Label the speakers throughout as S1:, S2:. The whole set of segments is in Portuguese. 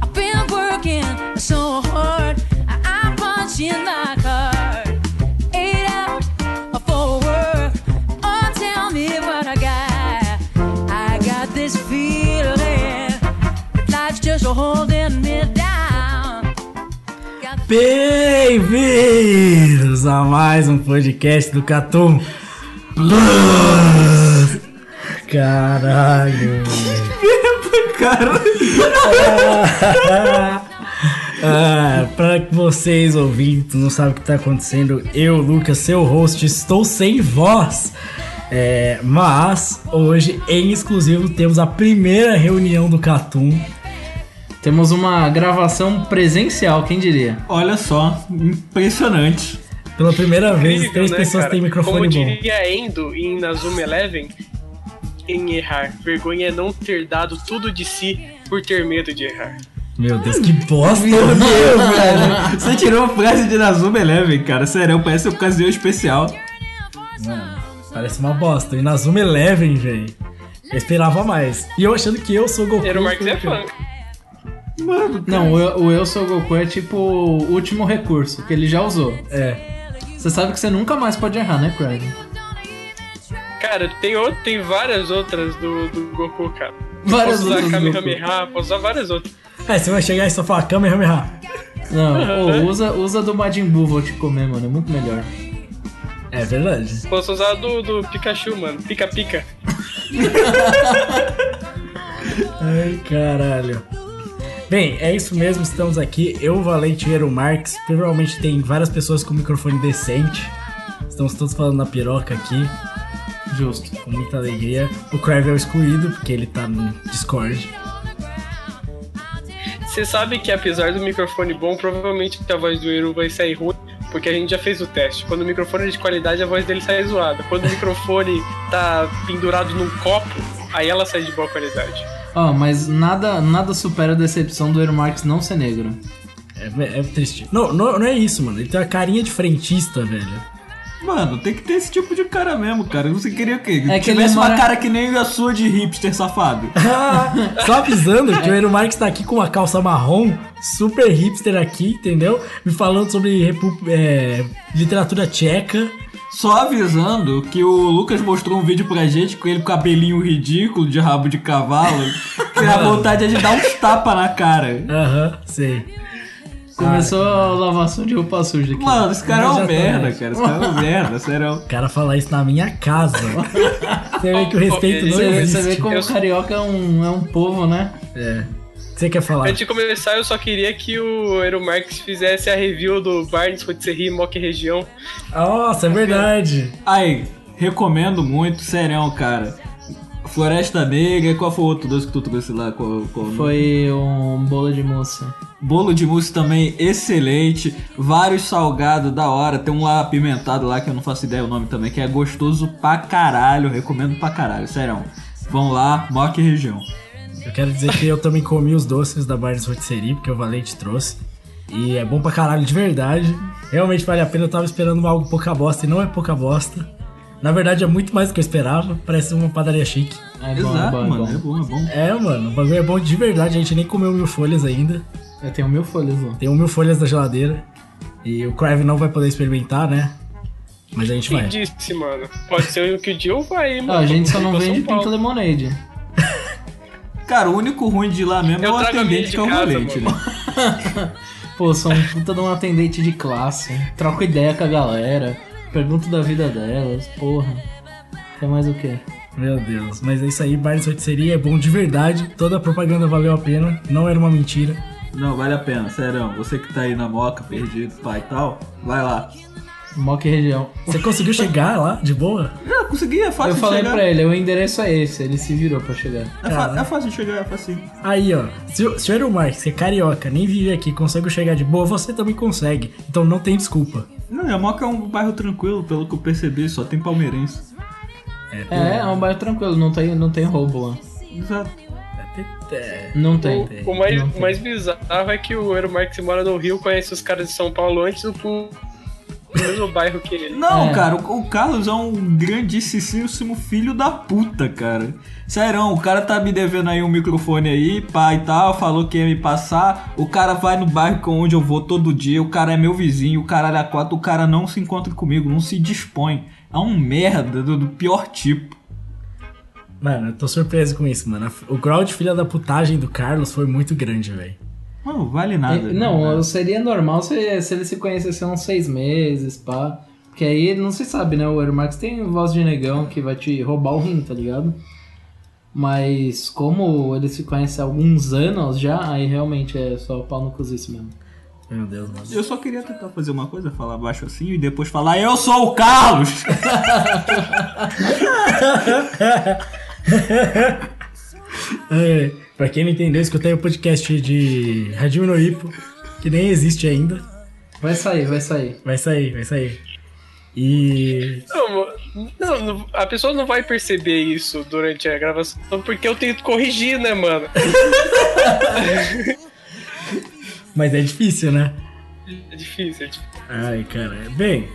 S1: I've been working so hard. I- I'm punching my card. Eight hours for work. Oh, tell me what I got. I got this feeling that life's just holding me down. Got the
S2: Bem-vindos a mais um podcast do Catum.
S3: Caralho.
S2: Cara,
S3: Ah, pra que vocês ouvintes não sabem o que tá acontecendo, eu, Lucas, seu host, estou sem voz. É, mas hoje, em exclusivo, temos a primeira reunião do Catum.
S4: Temos uma gravação presencial, quem diria?
S2: olha só, impressionante.
S3: Pela primeira vez,
S5: Incrível,
S3: três
S5: né,
S3: pessoas
S5: cara?
S3: têm
S5: Como
S3: microfone bom.
S5: diria Endo em Nazuma Eleven, em errar. Vergonha é não ter dado tudo de si por ter medo de errar.
S3: Meu Deus, que bosta!
S2: velho. Você tirou a frase de Nazuma Eleven, cara. Sério, parece uma ocasião um especial.
S3: Parece uma bosta. E na Zoom Eleven, velho. Eu esperava mais. E eu achando que eu sou Goku.
S5: Era o é Mark
S3: sou Goku.
S5: Zefan.
S4: Não, o Eu, o eu Sou Goku é tipo o último recurso que ele já usou.
S3: É.
S4: Você sabe que você nunca mais pode errar, né, Craig?
S5: Cara, tem, outro, tem várias outras do, do Goku, cara.
S4: Várias
S5: posso usar
S4: outras do
S5: Kamehameha, posso usar várias outras.
S3: É, você vai chegar e só falar Kamehameha.
S4: Não, ô, usa, usa do Majin Buu, vou te comer, mano, é muito melhor.
S3: É verdade.
S5: Posso usar do, do Pikachu, mano. Pica-pica.
S3: Ai, caralho. Bem, é isso mesmo, estamos aqui. Eu, Valente e Eero Marx. Provavelmente tem várias pessoas com microfone decente. Estamos todos falando na piroca aqui,
S4: Justo.
S3: com muita alegria. O Crave é o excluído, porque ele tá no Discord.
S5: Você sabe que apesar do microfone bom, provavelmente a voz do Eru vai sair ruim. Porque a gente já fez o teste. Quando o microfone é de qualidade, a voz dele sai zoada. Quando o microfone tá pendurado num copo, aí ela sai de boa qualidade.
S4: Ó, mas nada, nada supera a decepção do Eero Marx não ser negro.
S3: É, é triste. Não, não, não é isso, mano. Ele tem uma carinha de frentista, velho.
S2: Mano, tem que ter esse tipo de cara mesmo, cara. Você queria o quê?
S4: É que ele
S2: tivesse uma
S4: mora-
S2: cara que nem a sua de hipster safado.
S3: Ah, Só avisando que o Eero Marx tá aqui com uma calça marrom, super hipster aqui, entendeu? Me falando sobre repu- é, literatura tcheca.
S2: Só avisando que o Lucas mostrou um vídeo pra gente com ele com cabelinho ridículo de rabo de cavalo. que a vontade é de dar uns tapas na cara.
S3: Aham, sei.
S4: Começou
S5: Ah,
S4: a lavação de roupa suja aqui.
S2: Mano, esse cara é um
S3: Exatamente.
S2: merda, cara. Esse cara é um merda, sério.
S3: O cara falar isso na minha casa. Você vê que o respeito não
S4: Você vê, você vê
S3: existe.
S4: como
S5: Eu-
S4: o carioca é um, é um povo, né?
S3: É. O que você quer falar?
S5: Antes de começar, eu só queria que o Eru Marx fizesse a review do Barnes Rotisserie Mock Região.
S3: Nossa, é verdade.
S2: Aí, recomendo muito, sério, cara. Floresta Negra, qual foi o outro doce que tu trouxe lá? Qual, qual o nome?
S4: Foi um bolo de moça.
S2: Bolo de mousse também excelente. Vários salgados da hora. Tem um lá apimentado lá que eu não faço ideia o nome também, que é gostoso pra caralho. Recomendo pra caralho, sério. Vão lá, Moque Região.
S3: Eu quero dizer que eu também comi os doces da Barnes Rotisserie, porque o Valente trouxe. E é bom pra caralho, de verdade. Realmente vale a pena. Eu tava esperando algo pouca bosta e não é pouca bosta. Na verdade, é muito mais do que eu esperava. Parece uma padaria chique.
S4: É bom, é
S2: Exato,
S4: bom, é
S2: mano.
S4: bom.
S2: É bom, é bom.
S3: É, mano, o bagulho é bom de verdade. A gente nem comeu mil folhas ainda.
S4: Eu tenho mil folhas lá.
S3: Tem um mil folhas na geladeira. E o Crave não vai poder experimentar, né? Mas a gente vai.
S5: Quem disse, mano? Pode ser o que o Jill vai, mano.
S4: Ó, a gente só não
S5: Pra São
S4: vende
S5: Paulo.
S4: pinta lemonade.
S2: Cara, o único ruim de lá mesmo é
S5: Eu
S2: o
S5: trago a minha
S2: atendente
S5: de
S2: que é o
S5: casa,
S2: rolete, né?
S5: mano.
S4: Pô, sou um puta de um atendente de classe. Troco ideia com a galera. Pergunto da vida delas. Porra. Tem mais o quê?
S3: Meu Deus, mas é isso aí, Barnes Rotisserie é bom de verdade. Toda a propaganda valeu a pena, não era uma mentira.
S2: Não, vale a pena, sério. Você que tá aí na moca, perdido, pai e tal, vai lá.
S4: Mock região.
S3: Você conseguiu chegar lá de boa?
S2: Não, consegui, é fácil
S4: Eu
S2: de
S4: falei
S2: chegar.
S4: pra ele, o endereço é esse, ele se virou pra chegar.
S2: É, fa- é fácil de chegar, é fácil.
S3: Aí, ó. Se o senhor Marques, que é carioca, nem vive aqui, consegue chegar de boa, você também consegue. Então não tem desculpa.
S2: Não, Yamoca é um bairro tranquilo, pelo que eu percebi, só tem palmeirense.
S4: É, é um bairro tranquilo, não tem, não tem roubo lá.
S2: Exato.
S3: É,
S4: Não tem.
S5: O mais,
S4: né? Não
S5: o
S4: tem.
S5: mais bizarro é que o Eero Marx mora no Rio, conhece os caras de São Paulo antes do cu- do mesmo bairro que ele.
S2: Não,
S4: É.
S2: cara, o, o Carlos é um grandíssimo filho da puta, cara. Sério, o cara tá me devendo aí um microfone aí, pá e tal, falou que ia me passar. O cara vai no bairro com onde eu vou todo dia, o cara é meu vizinho, o caralho é quatro, o cara não se encontra comigo, não se dispõe. É um merda do, do pior tipo.
S3: Mano, eu tô surpreso com isso, mano. O grau de filha da putagem do Carlos foi muito grande, velho.
S2: Mano, vale nada.
S4: E- É, não,
S2: né?
S4: seria normal se, se ele se conhecesse há uns seis meses, pá. Porque aí não se sabe, né? O Eero Marx tem voz de negão que vai te roubar o rim, tá ligado? Mas como ele se conhece há alguns anos já, aí realmente é só o pau no cozice mesmo.
S3: Meu Deus, mano.
S2: Eu só queria tentar fazer uma coisa, falar baixo assim e depois falar, eu sou o Carlos!
S3: É, pra quem não entendeu, escutei o podcast de Radinho no Ipo, que nem existe ainda.
S4: Vai sair, vai sair.
S3: Vai sair, vai sair. E.
S5: Não, mo- não, não, a pessoa não vai perceber isso durante a gravação porque eu tento corrigir, né, mano?
S3: Mas é difícil, né?
S5: É difícil, é difícil.
S3: Ai, cara. Bem,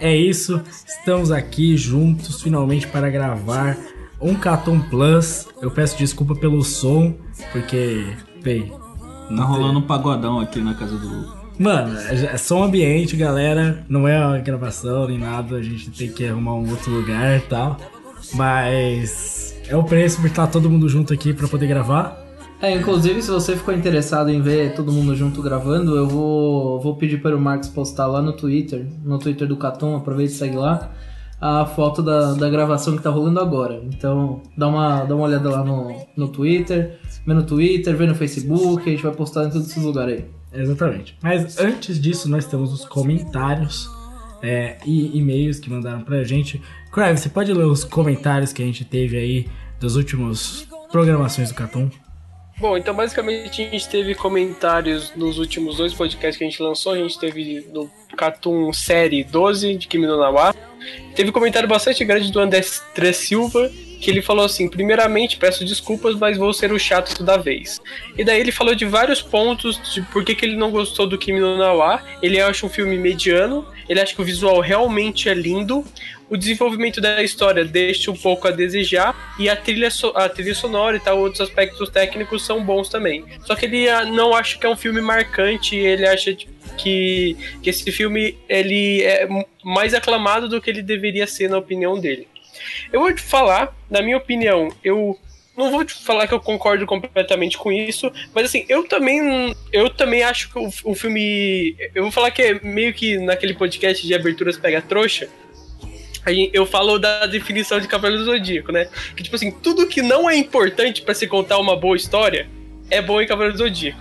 S3: é isso. Estamos aqui juntos finalmente para gravar um Caton Plus. Eu peço desculpa pelo som, porque. Bem.
S2: Tá
S3: não tem-
S2: rolando um pagodão aqui na casa do Lu.
S3: Mano, é é som ambiente, galera. Não é uma gravação nem nada. A gente tem que arrumar um outro lugar e tal. Mas é o preço por estar todo mundo junto aqui pra poder gravar.
S4: É, inclusive, se você ficou interessado em ver todo mundo junto gravando, eu vou, vou pedir para o Marcos postar lá no Twitter, no Twitter do Caton, aproveita e segue lá, a foto da, da gravação que tá rolando agora. Então, dá uma, dá uma olhada lá no, no Twitter, vê no Twitter, vê no Facebook, a gente vai postar em todos esses lugares aí.
S3: Exatamente. Mas antes disso, nós temos os comentários é, e e-mails que mandaram pra gente. Crave, você pode ler os comentários que a gente teve aí das últimas programações do Catum?
S5: Bom, então basicamente a gente teve comentários nos últimos dois podcasts que a gente lançou. A gente teve no Catum Série 12 de Kimi no Nawa. Teve um comentário bastante grande do André André Silva, que ele falou assim: primeiramente, peço desculpas, mas vou ser o chato da vez. E daí ele falou de vários pontos de por que, que ele não gostou do Kimi no Nawa. Ele acha um filme mediano, ele acha que o visual realmente é lindo. O desenvolvimento da história deixa um pouco a desejar, e a trilha, so- a trilha sonora e tal, outros aspectos técnicos são bons também. Só que ele ah, não acha que é um filme marcante, ele acha tipo, que, que esse filme ele é m- mais aclamado do que ele deveria ser, na opinião dele. Eu vou te falar, na minha opinião, eu não vou te falar que eu concordo completamente com isso, mas assim, eu também eu também acho que o, o filme, eu vou falar que é meio que naquele podcast de aberturas pega trouxa, a gen- eu falo da definição de Cavaleiro do Zodíaco, né? Que tipo assim, tudo que não é importante pra se contar uma boa história é bom em Cavaleiro do Zodíaco.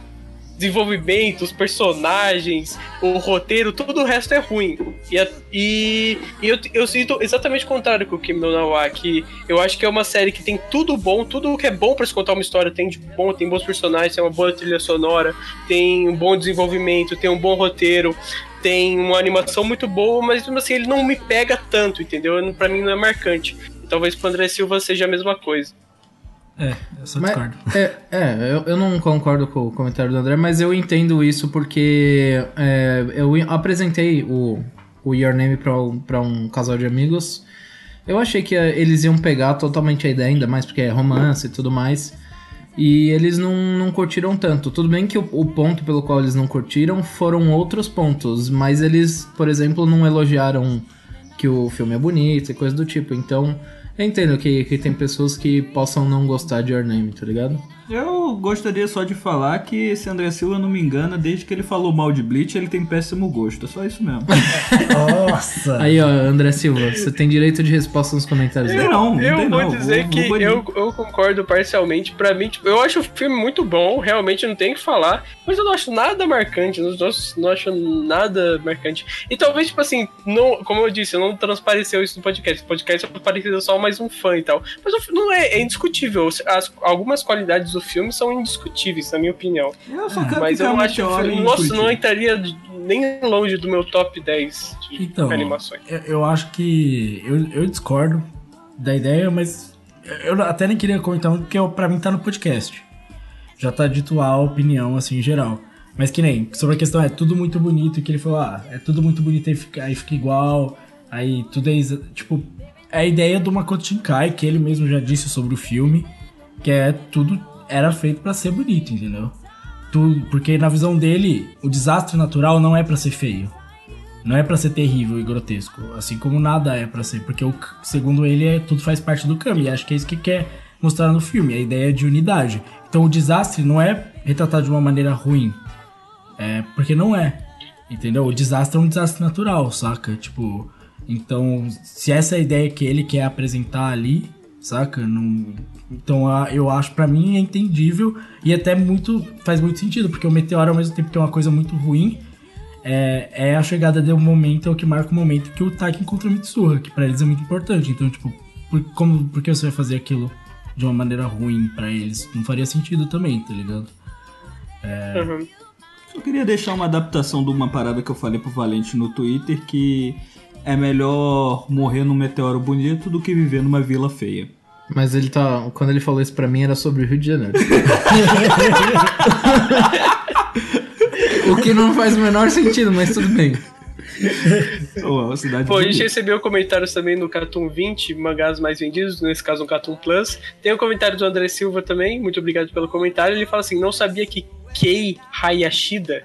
S5: Desenvolvimento, os personagens, o roteiro, tudo o resto é ruim. E, a- e- e eu, eu sinto exatamente o contrário com o Kim no Nawa, que eu acho que é uma série que tem tudo bom, tudo o que é bom pra se contar uma história tem de bom, tem bons personagens, tem uma boa trilha sonora, tem um bom desenvolvimento, tem um bom roteiro, tem uma animação muito boa, mas mesmo assim ele não me pega tanto, entendeu? Não- Pra mim não é marcante. Talvez pro André Silva seja a mesma coisa.
S3: É, eu só discordo.
S4: é, é, eu, eu não concordo com o comentário do André, mas eu entendo isso porque é, eu i- apresentei o, o Your Name pra um, pra um casal de amigos. Eu achei que eh, eles iam pegar totalmente a ideia, ainda mais porque é romance e tudo mais. E eles não, não curtiram tanto. Tudo bem que o, o ponto pelo qual eles não curtiram foram outros pontos, mas eles, por exemplo, não elogiaram que o filme é bonito e coisa do tipo. Então, eu entendo que, que tem pessoas que possam não gostar de Your Name, tá ligado?
S2: Eu gostaria só de falar que esse André Silva não me engana, desde que ele falou mal de Bleach, ele tem péssimo gosto. É só isso mesmo.
S3: Nossa!
S4: Aí, ó, André Silva, você tem direito de resposta nos comentários.
S2: Eu-
S4: Né?
S2: não,
S5: é. eu
S2: tem
S5: vou
S2: não,
S5: dizer
S2: vou-
S5: que
S2: vou banir.
S5: eu, eu concordo parcialmente. Pra mim, tipo, eu acho o filme muito bom, realmente não tem o que falar. Mas eu não acho nada marcante, não, não- não acho nada marcante. E talvez, tipo assim, não, como eu disse, não transpareceu isso no podcast. O podcast apareceu só mais um fã e tal. Mas o fi- não é, é indiscutível. As- algumas qualidades do filme são indiscutíveis, na minha opinião.
S2: Eu só quero
S5: Mas
S2: ficar
S5: eu
S2: uma
S5: acho
S2: hora
S5: que. um
S2: em
S5: Nossa, não
S2: Curitiba.
S5: entraria nem longe do meu top 10 de
S3: Então,
S5: animações.
S3: eu, eu acho que eu, eu discordo da ideia, mas eu até nem queria comentar muito, porque eu, pra mim tá no podcast. Já tá dito a opinião, assim, em geral. Mas que nem, sobre a questão, é tudo muito bonito, e que ele falou, ah, é tudo muito bonito, aí fica, aí fica igual, aí tudo é, exa- tipo, é a ideia do Makoto Shinkai, que ele mesmo já disse sobre o filme, que é tudo era feito pra ser bonito, entendeu? Tu, porque na visão dele, o desastre natural não é pra ser feio. Não é pra ser terrível e grotesco, assim como nada é pra ser, porque o K- segundo ele é, tudo faz parte do Kami, e acho que é isso que quer mostrar no filme, a ideia é de unidade. Então o desastre não é retratado de uma maneira ruim, é porque não é, entendeu? O desastre é um desastre natural, saca? Tipo, então se essa é a ideia que ele quer apresentar ali, saca? Não, então a- eu acho pra mim é entendível e até muito faz muito sentido, porque o meteoro ao mesmo tempo que é uma coisa muito ruim, é, é a chegada de um momento, é o que marca o momento que o Taki encontra o Mitsuha, que pra eles é muito importante. Então, tipo, por, como, por que você vai fazer aquilo de uma maneira ruim pra eles? Não faria sentido também, tá ligado?
S5: Uhum.
S2: Eu queria deixar uma adaptação de uma parada que eu falei pro Valente no Twitter que é melhor morrer num meteoro bonito do que viver numa vila feia.
S4: Mas ele tá. Quando ele falou isso pra mim era sobre o Rio de Janeiro. o que não faz o menor sentido, mas tudo bem.
S2: Ou é uma cidade
S5: Pô, a gente
S2: bonita.
S5: recebeu comentários também no Catum 20, mangás mais vendidos, nesse caso no Catum Plus. Tem o comentário do André Silva também, muito obrigado pelo comentário. Ele fala assim: não sabia que Kei Hayashida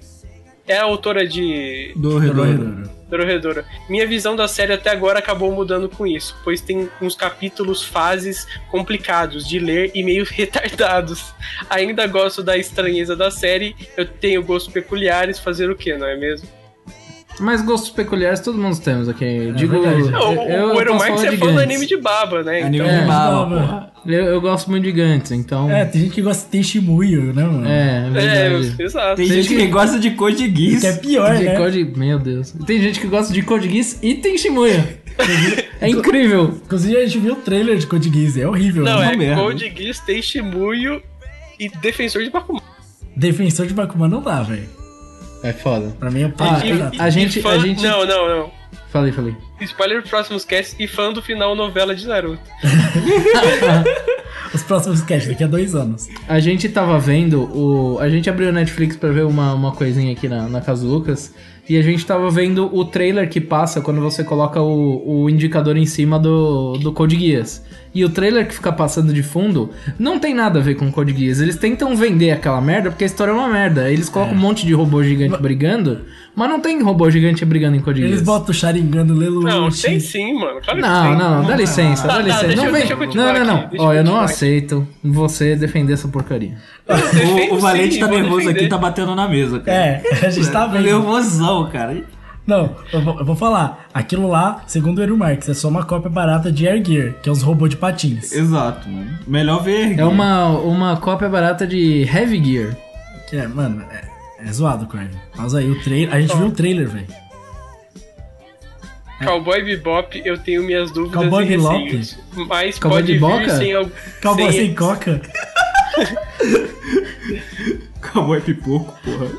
S5: é a autora de
S2: do redor.
S5: Dororedoro. Minha visão da série até agora acabou mudando com isso, pois tem uns capítulos, fases complicados de ler e meio retardados. Ainda gosto da estranheza da série, eu tenho gostos peculiares, fazer o que, não é mesmo?
S4: Mas gostos peculiares todos nós temos aqui. Digo,
S3: verdade.
S5: Não,
S4: eu, eu
S5: o Ouro
S4: posso
S5: Marx
S4: falar
S5: é
S4: de
S5: fã do
S4: Gantz.
S5: anime de baba, né?
S2: É anime
S4: É.
S2: de bala,
S5: então,
S3: Não,
S2: porra.
S4: Eu, eu gosto muito de Gantz, então.
S3: É,
S4: É,
S3: tem gente que gosta de Shimuyo, né, mano?
S4: é verdade.
S5: É, exato.
S2: Tem gente que gosta de cor de guis.
S3: Que é pior,
S4: de
S3: né?
S4: Code, meu Deus. Tem gente que gosta de Code Geass e tem Shimuya. é incrível.
S3: Inclusive, a gente viu o trailer de Code Geass, é horrível.
S5: Não,
S3: né?
S2: uma
S5: é
S2: merda.
S5: Gold Geass, tem Shimuyo e Defensor de Bakuman.
S3: Defensor de Bakuman não dá, velho.
S4: É foda.
S3: Pra mim é um
S4: Ah,
S3: pé de
S4: e-
S3: cara.
S4: a gente-
S5: fã-
S4: a gente-
S5: Não, não, não.
S4: Falei, falei.
S5: Spoiler pros próximos casts e fã do final novela de Naruto.
S3: Os próximos sketches, daqui a dois anos.
S4: A gente tava vendo o. A gente abriu o Netflix pra ver uma, uma coisinha aqui na, na casa do Lucas. E a gente tava vendo o trailer que passa quando você coloca o, o indicador em cima do, do Code Geass. E o trailer que fica passando de fundo não tem nada a ver com o Code Geass. Eles tentam vender aquela merda porque a história é uma merda. Eles colocam um monte de robô gigante brigando, mas não tem robô gigante brigando em Code Geass.
S3: Eles botam o Sharingan do Lelouch.
S5: Não, tem sim, mano. Claro que
S4: Não,
S5: tem.
S4: não, não, dá licença,
S5: Tá,
S4: dá
S5: tá,
S4: licença.
S5: deixa
S4: não,
S5: eu-
S4: vem.
S5: deixa eu continuar
S4: não, não, não.
S5: aqui, deixa
S4: Ó,
S5: eu
S4: eu não
S5: continuar aqui.
S4: aceito você defender essa porcaria.
S2: O, o Valente tá nervoso aqui, tá
S5: tá
S2: batendo na mesa, cara.
S3: É, a gente tá
S2: Tá
S3: vendo.
S2: nervosão, cara.
S3: Não, eu vou, eu vou falar. Aquilo lá, segundo o Eru Marx, é só uma cópia barata de Air Gear, que é os robôs de patins.
S2: Exato, mano. Melhor ver.
S4: É uma, uma cópia barata de Heavy Gear.
S3: Que é, mano, é, é zoado, Corvo. Mas aí o trailer. A gente viu o trailer, velho.
S5: Cowboy Bebop, eu tenho minhas dúvidas
S3: Cowboy
S5: e
S3: Bebop?
S5: receios. Mas
S4: Cowboy
S5: pode vir
S4: Beboca?
S5: sem... al-
S3: Cowboy sem coca.
S2: Acabou é pipoco, porra.
S4: assim.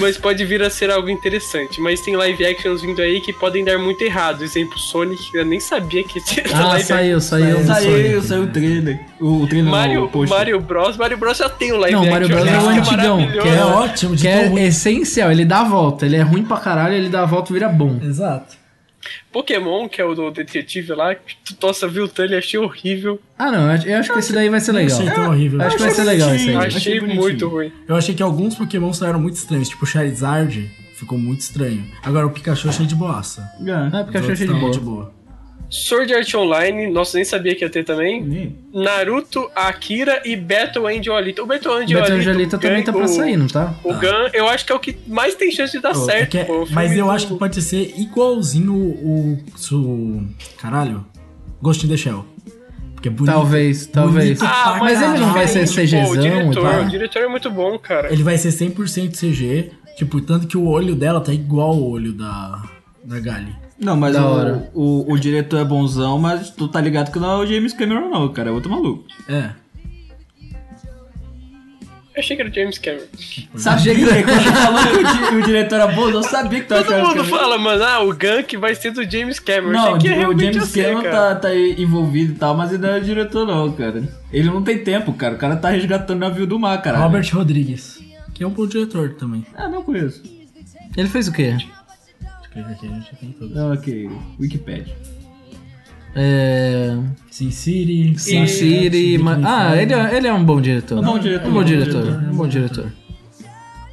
S5: Mas pode vir a ser algo interessante. Mas tem live actions vindo aí que podem dar muito errado. Exemplo, Sonic, eu nem sabia que tinha essa
S4: Ah,
S5: live
S4: saiu, saiu. do
S2: Saiu,
S4: Sonic.
S2: saiu o trailer. O, o trailer não,
S5: Mario,
S2: o pôster.
S5: Mario Bros. Mario Bros já tem o live
S4: Não,
S5: action.
S4: Mario Bros.
S5: né?
S4: é o
S5: Isso que
S4: antigão,
S5: maravilhoso.
S4: que
S3: É ótimo, de
S4: Que
S3: tão
S4: é
S3: ruim.
S4: essencial, ele dá a volta. Ele é ruim pra caralho, ele dá a volta e vira bom.
S3: Exato.
S5: Pokémon, que é o do detetive lá. que, Nossa, viu o trailer, achei horrível.
S4: Ah, não, eu acho- eu acho que esse daí vai ser
S3: Eu
S4: legal.
S3: achei tão horrível.
S4: Acho que vai ser legal esse
S5: Eu
S4: aí.
S2: Achei
S5: achei
S2: bonitinho.
S5: muito ruim.
S3: Eu achei que alguns Pokémon saíram muito estranhos, tipo o Charizard ficou muito estranho. Agora o Pikachu é cheio de boaça.
S2: É.
S4: Ah, porque eu
S3: Os
S4: achei
S3: outros
S4: de
S3: tão
S4: boa.
S3: de boa.
S5: Sword Art Online, nossa, nem sabia que ia ter também.
S2: Ih,
S5: Naruto, Akira e Battle Angel Alita. O Battle Angel
S4: Beto
S5: Alita,
S4: Angelita
S5: o
S4: também tá
S5: Gun-
S4: pra
S5: o-
S4: sair, não tá?
S5: O Gun, eu acho que é o que mais tem chance de dar
S3: Pô, é
S5: certo.
S3: que é-
S5: pô, o
S3: mas
S5: filme
S3: eu
S5: do-
S3: acho que pode ser igualzinho o. o, o- caralho. Ghost in the Shell. Porque é bonito.
S4: Talvez, talvez.
S3: bonito
S5: Ah,
S3: pra
S5: mas ele não vai
S3: caralho.
S5: ser
S4: CGzão
S5: CGzão. O
S4: e
S5: diretor,
S4: pá.
S5: o diretor é muito bom, cara.
S3: Ele vai ser 100% CG. Tipo, tanto que o olho dela tá igual ao olho da. Da Gali.
S2: Não, mas
S4: Da
S2: o,
S4: hora.
S2: O, o diretor é bonzão, mas tu tá ligado que não é o James Cameron, não, cara. É outro maluco.
S3: É.
S5: Eu achei que era o James Cameron.
S2: Sabia que quando tu falou que o, di- o diretor era bonzão, eu sabia que tu era
S5: Todo
S2: James
S5: mundo
S2: Cameron.
S5: fala, mano, ah, o Gun que vai ser do James Cameron. Eu
S2: Não,
S5: achei que é
S2: o
S5: realmente ia
S2: James
S5: ser,
S2: Cameron
S5: cara.
S2: tá, tá envolvido e tal, mas ele não é o diretor, não, cara. Ele não tem tempo, cara. O cara tá resgatando navio do mar,
S4: É.
S2: cara.
S3: Robert Rodrigues. Que é um bom diretor também.
S2: Ah, não conheço.
S4: Ele fez o quê?
S3: Escreve aqui, a gente tem tudo.
S2: Não, Então, ok. Wikipedia.
S4: É...
S3: Sin City.
S4: Sin
S3: Sunset,
S4: City.
S3: Big
S4: Ma-
S3: Big
S4: Ah,
S3: Fan.
S4: ele é, ele é um bom diretor.
S2: Um bom diretor,
S4: Um bom diretor. Um bom diretor.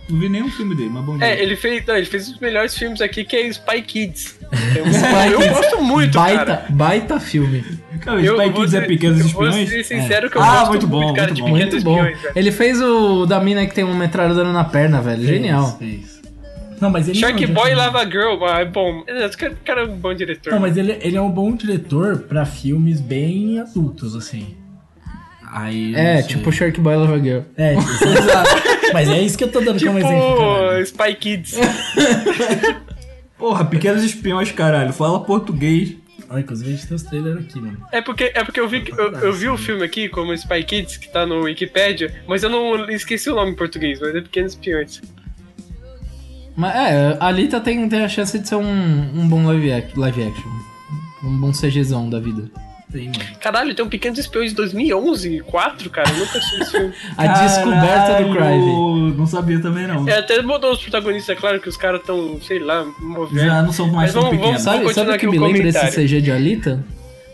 S2: Não vi nenhum filme dele, mas bom dia.
S5: É, ele fez, não, ele fez os melhores filmes aqui, que é Spy Kids. Eu, eu
S4: Kids.
S5: gosto muito, cara.
S4: Baita, baita filme.
S2: Cara, os Spy
S5: vou
S2: Kids é
S5: ser-
S2: Pequenos
S5: eu vou
S2: Espiões?
S5: ser sincero que eu
S2: Ah,
S5: gosto
S2: muito bom,
S5: cara,
S2: muito
S5: de
S2: bom.
S5: Pequenos
S4: Muito bom.
S5: Espiões. velho.
S4: Ele fez o da mina que tem uma metralhadora na perna, velho. Genial.
S3: Fez, fez. Não, mas ele não é um
S5: Shark
S3: diretor
S5: Boy
S3: bom.
S5: Lava Girl, ah, é bom. Esse cara- cara é um bom diretor.
S3: Não, mas ele, ele é um bom diretor pra filmes bem adultos, assim. Aí. eu
S4: É,
S3: não sei.
S4: tipo Shark Boy Lava Girl.
S3: É, exato. mas é isso que eu tô dando como né?
S5: Tipo,
S3: exemplo. cara.
S5: Spy Kids.
S2: Porra, Pequenos Espiões, caralho. Fala português.
S3: Ó, inclusive a gente tem os trailers aqui, mano.
S5: É porque, é porque eu, vi, que- eu, eu vi o filme aqui como Spy Kids, que tá no Wikipedia, mas eu não esqueci o nome em português, mas é Pequenos Espiões.
S4: Mas é, a Alita tem, tem a chance de ser um, um bom live, ac- live action. Um bom CGzão da vida.
S3: Tem, mano.
S5: Caralho, tem um Pequenos Espiões de 2011, 4, cara, eu nunca assisti esse filme.
S4: A descoberta do Crive.
S2: Crime. Não sabia também, não.
S5: É, até mudou os protagonistas, é claro que os caras tão, sei lá, movendo.
S2: Já não são
S5: é. Mas
S2: mais tão
S5: vamos- vamos- Vou
S2: pequenos.
S4: Sabe,
S5: continuar
S4: sabe o que me
S5: aqui o
S4: lembra desse
S5: comentário.
S4: CG de Alita?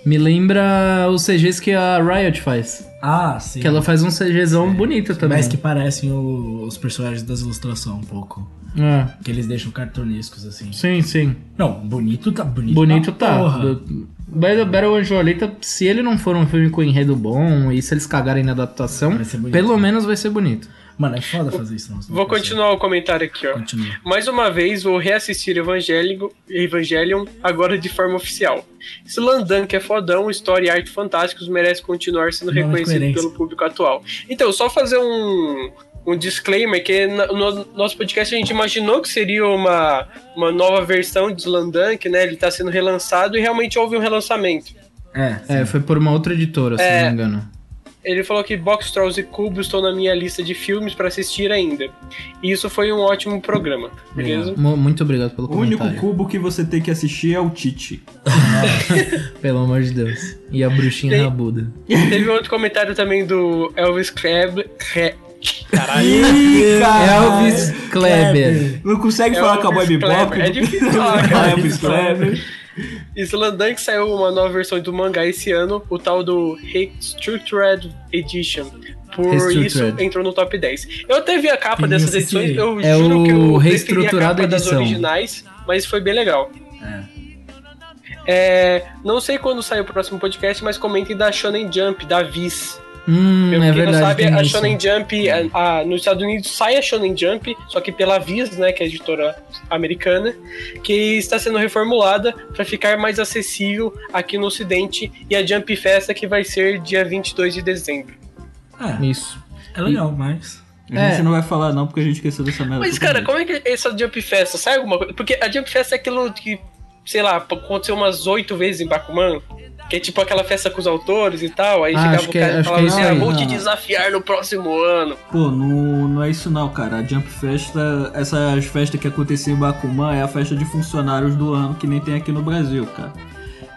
S4: Me lembra os CGs que a Riot faz.
S3: Ah, sim.
S4: Que ela faz um CGzão bonito também.
S3: Mas que parecem o- os personagens das ilustrações um pouco.
S4: É,
S3: Que eles deixam cartunescos, assim.
S4: sim, sim.
S3: Não, bonito tá bonito.
S4: Bonito
S3: pra
S4: tá.
S3: porra.
S4: Do- Battle, Battle Angel Alita, se ele não for um filme com enredo bom e se eles cagarem na adaptação,
S3: Vai ser bonito.
S4: pelo menos vai ser bonito.
S3: Mano, é foda fazer isso. Não,
S5: Vou continuar o comentário aqui, ó.
S3: Continua.
S5: Mais uma vez, vou reassistir Evangeligo- Evangelion, agora de forma oficial. Se Landan, que é fodão, história e arte fantásticos, merece continuar
S3: Não,
S5: sendo
S3: mas
S5: reconhecido
S3: coerência.
S5: pelo público atual. Então, só fazer um, um disclaimer, que na- no nosso podcast a gente imaginou que seria uma, uma nova versão de Landan, que né, ele está sendo relançado, e realmente houve um relançamento.
S3: É,
S4: É, foi por uma outra editora, se
S5: É.
S4: não me engano.
S5: Ele falou que Box Trolls e Cubo estão na minha lista de filmes para assistir ainda. E isso foi um ótimo programa, beleza?
S4: Mu- Muito obrigado pelo
S2: O único
S4: comentário.
S2: cubo que você tem que assistir é o Tite.
S4: Pelo amor de Deus. E a bruxinha
S5: Tem-
S4: rabuda.
S5: Teve outro comentário também do Elvis Kleb. Re- Caralho.
S2: Ih,
S3: Ah,
S4: Elvis
S3: é
S4: Kleber.
S2: Não consegue falar
S5: É Elvis
S2: com a Boy
S5: Kleber.
S2: Bebop?
S5: É difícil falar, cara.
S2: Elvis Kleber.
S5: Slandank saiu uma nova versão do mangá esse ano, o tal do Restructured Edition. Por
S4: Restructured.
S5: isso entrou no top 10. Eu até vi a capa
S3: Tem
S5: dessas
S3: esse
S5: edições,
S3: sim.
S5: eu
S4: É
S5: juro que
S4: o
S5: eu preferi a
S4: reestruturado
S5: capa das
S4: edição.
S5: originais, mas foi bem legal. É, não sei quando sai o próximo podcast, mas comentem da Shonen Jump, da Viz.
S4: Hum,
S5: Pra
S4: é
S5: quem
S4: verdade.
S5: não sabe,
S4: tem
S5: a
S4: isso.
S5: Shonen Jump, é, a- a- nos Estados Unidos sai a Shonen Jump, só que pela Viz, né, que é a editora americana, que está sendo reformulada para ficar mais acessível aqui no Ocidente e a Jump Festa que vai ser dia 22 de dezembro.
S3: É,
S4: Isso.
S3: é legal, mas.
S2: A gente
S4: É.
S2: não vai falar, não, porque a gente esqueceu dessa merda.
S5: Mas, cara, como é que é essa Jump Festa sai alguma coisa? Porque a Jump Festa é aquilo que, sei lá, aconteceu umas oito vezes em Bakuman. Que é tipo aquela festa com os autores e tal, aí
S4: Ah,
S5: chegava
S4: acho
S5: o
S4: que é-
S5: cara e
S4: acho que é
S5: falava assim,
S4: isso
S5: ah,
S4: aí.
S5: vou te
S2: Ah.
S5: desafiar no próximo ano.
S2: Pô, não, não é isso não, cara. A Jump Festa, essas festas que aconteciam em Bakuman é a festa de funcionários do ano que nem tem aqui no Brasil, cara.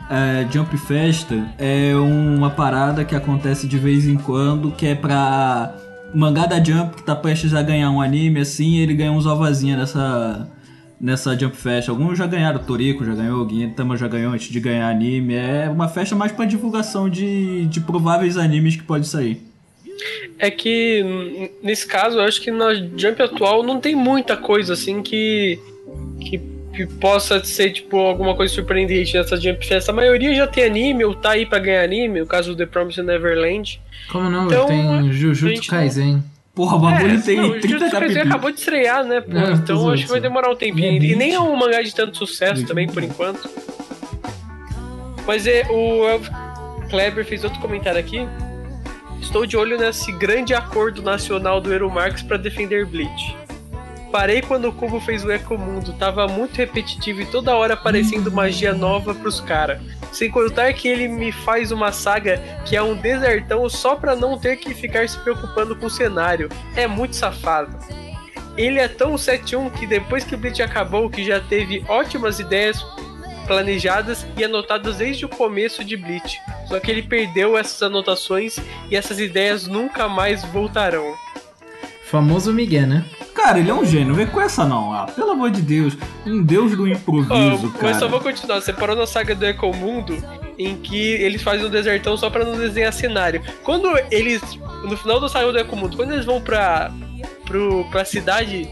S2: É, Jump Festa é uma parada que acontece de vez em quando, que é pra mangá da Jump que tá prestes a ganhar um anime, assim, ele ganha uns ovazinhos nessa, nessa Jump Festa. Alguns já ganharam, Toriko já ganhou, Gintama já ganhou antes de ganhar anime. É uma festa mais pra divulgação de, de prováveis animes que pode sair.
S5: É que n- nesse caso eu acho que na Jump atual não tem muita coisa assim que que que possa ser, tipo, alguma coisa surpreendente nessa Jump Fest. A maioria já tem anime ou tá aí pra ganhar anime, o caso do The Promised Neverland.
S4: Como não?
S5: Então,
S4: tem Jujutsu
S5: gente,
S4: Kaisen.
S2: Porra, o bagulho
S5: É,
S2: tem
S5: não, o
S2: 30
S5: Jujutsu Kaisen
S2: capítulos.
S5: acabou de estrear, né? pô?
S4: É,
S5: então
S4: pois é,
S5: acho que vai
S4: sim.
S5: demorar um tempinho. ainda. E nem é um mangá de tanto sucesso
S2: Sim.
S5: também, por enquanto. Mas é, o Elf Kleber fez outro comentário aqui. Estou de olho nesse grande acordo nacional do Eero Marx para defender Bleach. Parei quando o Cubo fez o Ecomundo, tava muito repetitivo e toda hora aparecendo magia nova pros caras. Sem contar que ele me faz uma saga que é um desertão só pra não ter que ficar se preocupando com o cenário. É muito safado. Ele é tão 7-1 que depois que o Bleach acabou, que já teve ótimas ideias planejadas e anotadas desde o começo de Bleach. Só que ele perdeu essas anotações e essas ideias nunca mais voltarão.
S4: Famoso Miguel, né?
S2: Cara, ele é um gênio, vem com essa não. Ah, pelo amor de Deus. Um deus do improviso,
S5: Ó,
S2: cara.
S5: mas só vou continuar. Você parou na saga do Ecomundo, em que eles fazem um desertão só pra não desenhar cenário. Quando eles. No final da saga do Ecomundo, quando eles vão pra, pro, pra cidade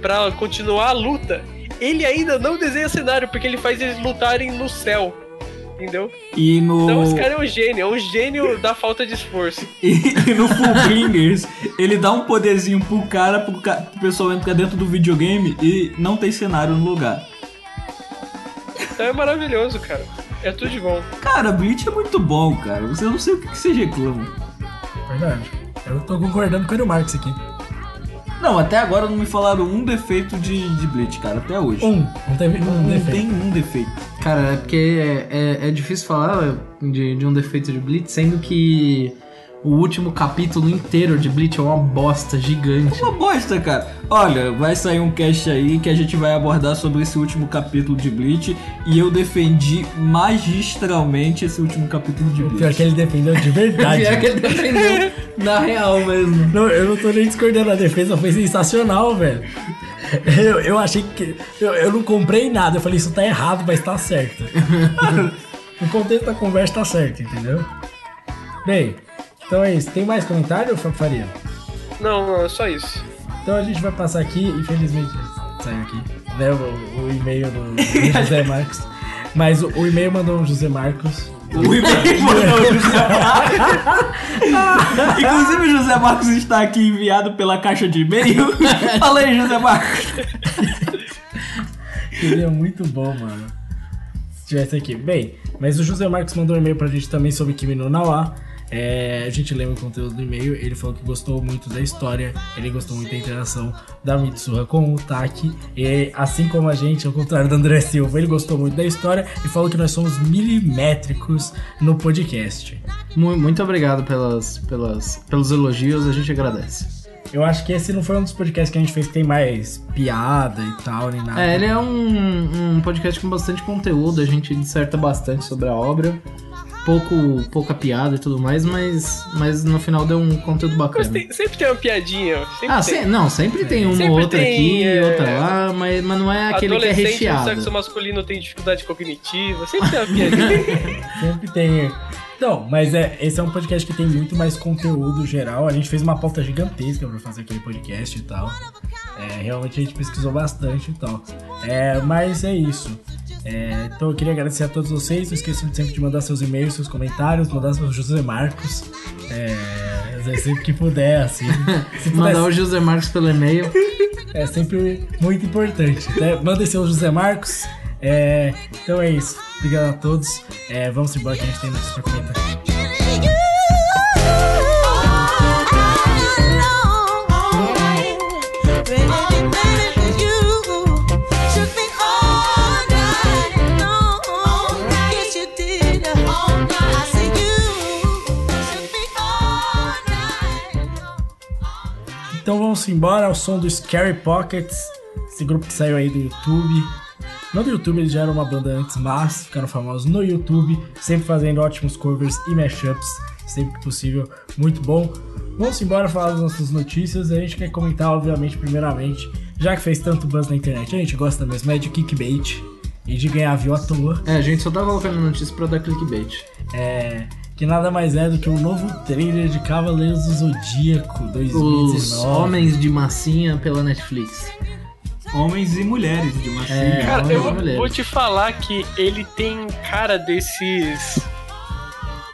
S5: pra continuar a luta, ele ainda não desenha cenário, porque ele faz eles lutarem no céu. Entendeu?
S2: E
S5: Então esse
S2: no.
S5: cara é um gênio, é um gênio da falta de esforço.
S2: E no Fullbringers, ele dá um poderzinho pro cara, pro, ca... pro pessoal entrar dentro do videogame e não tem cenário no lugar.
S5: Então é maravilhoso, cara. É tudo de bom.
S2: Cara, Bleach é muito bom, cara. Você não sei o que, que vocês reclamam.
S3: Verdade. Eu tô concordando com o Eero Marx aqui.
S2: Não, até agora não me falaram um defeito de, de Bleach, cara, até hoje.
S3: Um, não teve um
S2: não
S3: defeito.
S2: tem um defeito.
S4: Cara, é porque é, é, é difícil falar de, de um defeito de Blitz, sendo que o último capítulo inteiro de Blitz é uma bosta gigante.
S2: É Uma bosta, cara. Olha, vai sair um cast aí que a gente vai abordar sobre esse último capítulo de Bleach. E eu defendi magistralmente esse último capítulo de
S3: Pior que
S2: Bleach.
S3: ele defendeu de verdade.
S4: Pior é que ele defendeu na real mesmo.
S3: Não, eu não tô nem discordando, a defesa foi sensacional, velho. Eu, eu achei que. Eu, eu não comprei nada, eu falei, isso tá errado, mas tá certo. o contexto da conversa tá certo, entendeu? Bem, então é isso. Tem mais comentário, Fábio Faria?
S5: Não, não, é só isso.
S3: Então a gente vai passar aqui, infelizmente saiu aqui, né? O, o e-mail do, do José Marcos. Mas o, o e-mail mandou o José Marcos.
S2: O e-mail mandou o José Marcos. Inclusive, o José Marcos está aqui enviado pela caixa de e-mail. Fala aí, José Marcos.
S3: Ele é muito bom, mano. Se tivesse aqui. Bem, mas o José Marcos mandou um e-mail pra gente também sobre Kimi no Nawa. É, a gente lembra o conteúdo do e-mail. Ele falou que gostou muito da história, ele gostou muito da interação da Mitsuha com o Taki. E assim como a gente, ao contrário do André Silva, ele gostou muito da história e falou que nós somos milimétricos no podcast.
S4: Mu- Muito obrigado pelas, pelas, pelos elogios, a gente agradece.
S3: Eu acho que esse não foi um dos podcasts que a gente fez que tem mais piada e tal, nem nada.
S4: É, ele é um, um podcast com bastante conteúdo, a gente disserta bastante sobre a obra. Pouco, pouca piada e tudo mais, mas, mas no final deu um conteúdo
S5: Mas
S4: bacana.
S5: tem- sempre tem uma piadinha. Sempre
S4: Ah,
S5: tem.
S4: se- não, sempre tem uma
S5: Sempre
S4: ou outra
S5: tem,
S4: aqui,
S5: é,
S4: outra lá, mas, mas não é aquele que é
S5: Adolescente do
S4: recheado.
S5: sexo masculino tem dificuldade cognitiva, sempre tem uma piadinha.
S3: Sempre tem. Então, mas é, esse é um podcast que tem muito mais conteúdo geral. A gente fez uma pauta gigantesca pra fazer aquele podcast e tal. É, realmente a gente pesquisou bastante e tal. É, mas é isso. É, então eu queria agradecer a todos vocês. Não esqueçam de sempre de mandar seus e-mails, seus comentários, mandar seus José Marcos. É, sempre que puder, assim. Se puder,
S4: Mandar o José Marcos pelo e-mail.
S3: é sempre muito importante. Né? Mandem seu José Marcos. É, então é isso. Obrigado a todos. É, vamos embora que a gente tem notícias pra comentar. Então vamos embora ao som do Scary Pockets, esse grupo que saiu aí do YouTube. Não do YouTube, eles já eram uma banda antes, mas ficaram famosos no YouTube, sempre fazendo ótimos covers e mashups, sempre que possível, muito bom. Vamos embora falar das nossas notícias, a gente quer comentar, obviamente, primeiramente, já que fez tanto buzz na internet, a gente gosta mesmo, é de kickbait e de ganhar view à toa.
S4: É, a gente só tá colocando notícia pra dar clickbait.
S3: É, que nada mais é do que o novo trailer de Cavaleiros do Zodíaco 2019.
S4: Os Homens de Massinha pela Netflix.
S2: homens e mulheres de Massive.
S4: É.
S5: Cara,
S4: homens e
S5: eu
S4: mulheres.
S5: vou te falar que ele tem cara desses.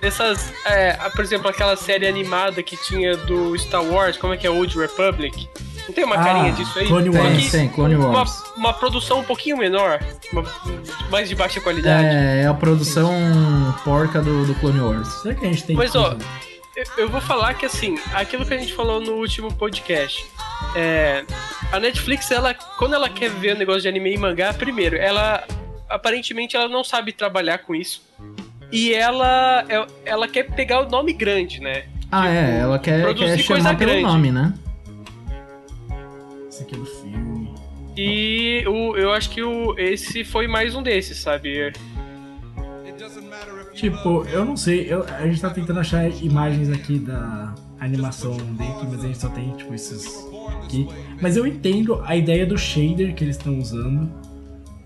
S5: Dessas. é, ah, por exemplo, aquela série animada que tinha do Star Wars, como é que é? Old Republic. Não tem uma
S3: Ah,
S5: carinha disso aí?
S3: Clone
S5: Só
S3: Wars.
S5: que
S4: Tem, tem, Clone
S5: uma,
S4: Wars.
S5: uma produção um pouquinho menor, uma- mais de baixa qualidade.
S4: É, é a produção porca do, do Clone Wars.
S3: Será que a gente tem
S5: Mas, ó,
S3: que-
S5: eu- eu vou falar que, assim, aquilo que a gente falou no último podcast, é, a Netflix, ela, quando ela quer ver o negócio de anime e mangá, primeiro, ela, aparentemente, ela não sabe trabalhar com isso. E ela, é- ela quer pegar o nome grande, né?
S4: Ah, é, ela quer,
S5: produzir
S4: quer
S5: coisa
S4: chamar pelo
S5: grande.
S4: nome, né?
S3: Isso aqui é do filme.
S5: E o, eu acho que o, esse foi mais um desses, sabe?
S3: Tipo, eu não sei, eu- a gente tá tentando achar imagens aqui da animação dentro, mas a gente só tem, tipo, esses aqui. Mas eu entendo a ideia do shader que eles estão usando,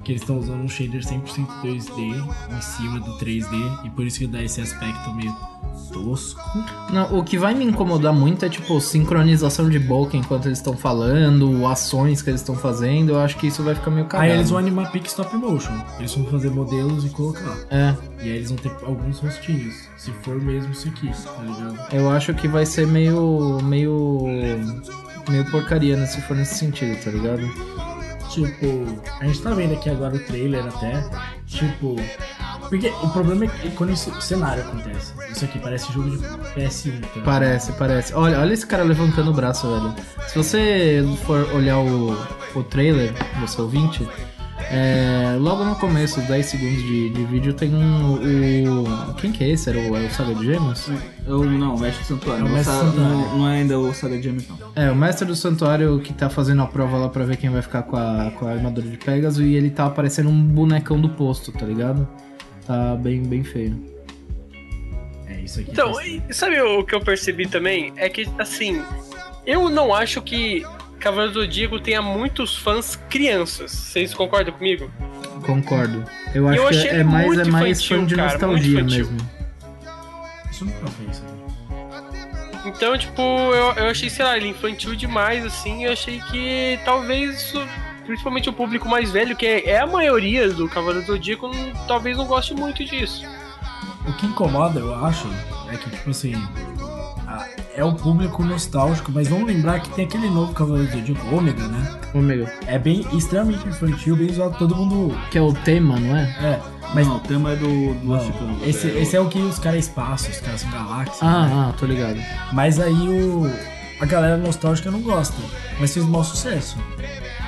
S3: que eles estão usando um shader 100% 2D em cima do 3D, e por isso que dá esse aspecto meio tosco.
S4: Não, o que vai me incomodar muito é, tipo, sincronização de boca enquanto eles estão falando, ações que eles estão fazendo. Eu acho que isso vai ficar meio cagado.
S3: Aí eles vão animar pick stop motion, eles vão fazer modelos e colocar.
S4: É,
S3: E aí eles vão ter alguns rostinhos, se for mesmo isso aqui, tá ligado?
S4: eu acho que vai ser meio. meio. meio porcaria né, se for nesse sentido, tá ligado?
S3: Tipo, a gente tá vendo aqui agora o trailer até. Tipo. Porque o problema é que quando esse cenário acontece. Isso aqui parece jogo de PS1. tá?
S4: Parece, parece. Olha, olha esse cara levantando o braço, velho. Se você for olhar o, o trailer, você ouvinte, é, logo no começo, 10 segundos de, de vídeo, tem um. O, quem que é esse? Era o, era o Saga de Gêmeos?
S2: Eu não, o Mestre do Santuário.
S3: É o
S2: Não,
S3: Mestre
S2: sa-
S3: do Santuário.
S2: Não, não é ainda o Saga de James, não.
S4: É, o mestre do santuário que tá fazendo a prova lá pra ver quem vai ficar com a, com a armadura de Pegasus e ele tá aparecendo um bonecão do posto, tá ligado? Tá bem, bem feio.
S3: É isso aqui.
S5: Então,
S3: parece-
S5: e sabe o que eu percebi também? É que, assim, eu não acho que Cavaleiro do Zodíaco tenha muitos fãs crianças. Vocês concordam comigo?
S4: Concordo. Eu acho que
S5: achei
S4: é
S5: ele
S4: mais, é
S5: muito
S4: mais
S5: infantil,
S4: fã de
S5: cara, muito
S4: nostalgia
S5: infantil.
S4: mesmo.
S3: Isso nunca foi isso aqui.
S5: Então, tipo, eu, eu achei, sei lá, ele infantil demais, assim, eu achei que talvez isso, principalmente o público mais velho, que é, é a maioria do Cavaleiro do Zodíaco, não- talvez não goste muito disso.
S3: O que incomoda, eu acho, é que, tipo assim. a- É o público nostálgico, mas vamos lembrar que tem aquele novo Cavaleiro do Zodíaco, Ômega, né?
S4: Ômega.
S3: É bem extremamente infantil, bem zoado, todo mundo.
S4: Que é o tema, não é?
S3: É, mas.
S2: Não, o tema é do, do
S3: Não,
S2: Lost Canvas,
S3: esse,
S2: é
S3: esse é o que os caras espaços, os caras são galáxias. né?
S4: Ah, ah, tô ligado.
S3: Mas aí o. A galera nostálgica não gosta. Mas fez mau sucesso.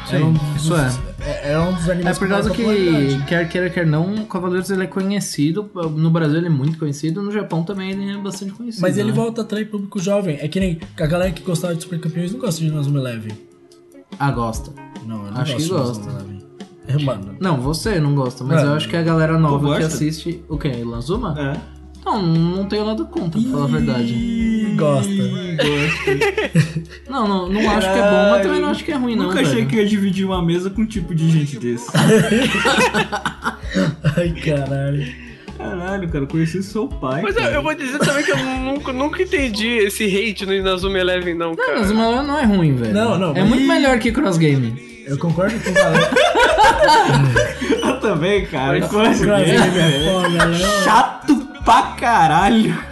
S4: Sim,
S3: Era dos-
S4: isso é.
S3: é- Era um dos
S4: É
S3: animes
S4: por
S3: com mais
S4: causa que,
S3: popularidade.
S4: quer queira, quer não, o Cavaleiros ele é conhecido. No Brasil ele é muito conhecido, no Japão também ele é bastante conhecido.
S3: Mas ele
S4: né?
S3: volta a atrair público jovem. É que nem a galera que gostava de Super Campeões não gosta de Nazuma Eleven.
S4: Ah, gosta.
S3: Não, eu não
S4: Acho que
S3: gosto de
S4: gosta.
S3: Nazuma Eleven. É, mano.
S4: Não, você não gosta, mas
S3: É.
S4: eu acho que a galera
S2: Tu
S4: nova que
S2: gosta?
S4: assiste. O quê? Lanzuma?
S2: É.
S4: Não, não tenho nada contra, pra falar a verdade.
S3: Ih, Gosta.
S2: Ih, gosto.
S4: Não, não, não acho que é bom, mas também não acho que é ruim, não.
S2: Nunca achei
S4: velho.
S2: que ia dividir uma mesa com um tipo de gente desse.
S3: Ai, caralho.
S2: Caralho, cara, eu conheci seu
S4: É
S2: pai.
S5: Mas eu,
S2: cara.
S5: eu vou dizer também que eu nunca, nunca entendi esse hate no Inazuma Eleven, não,
S4: Não,
S5: cara.
S4: mas o Mario não é ruim, velho.
S3: Não, não,
S4: É
S3: mas-
S4: muito melhor que Cross Game.
S3: Eu concordo com o Valente.
S2: Eu também, cara.
S5: Mas-
S2: Conhece ele, velho.
S3: Pô, galera.
S2: Chato pra caralho.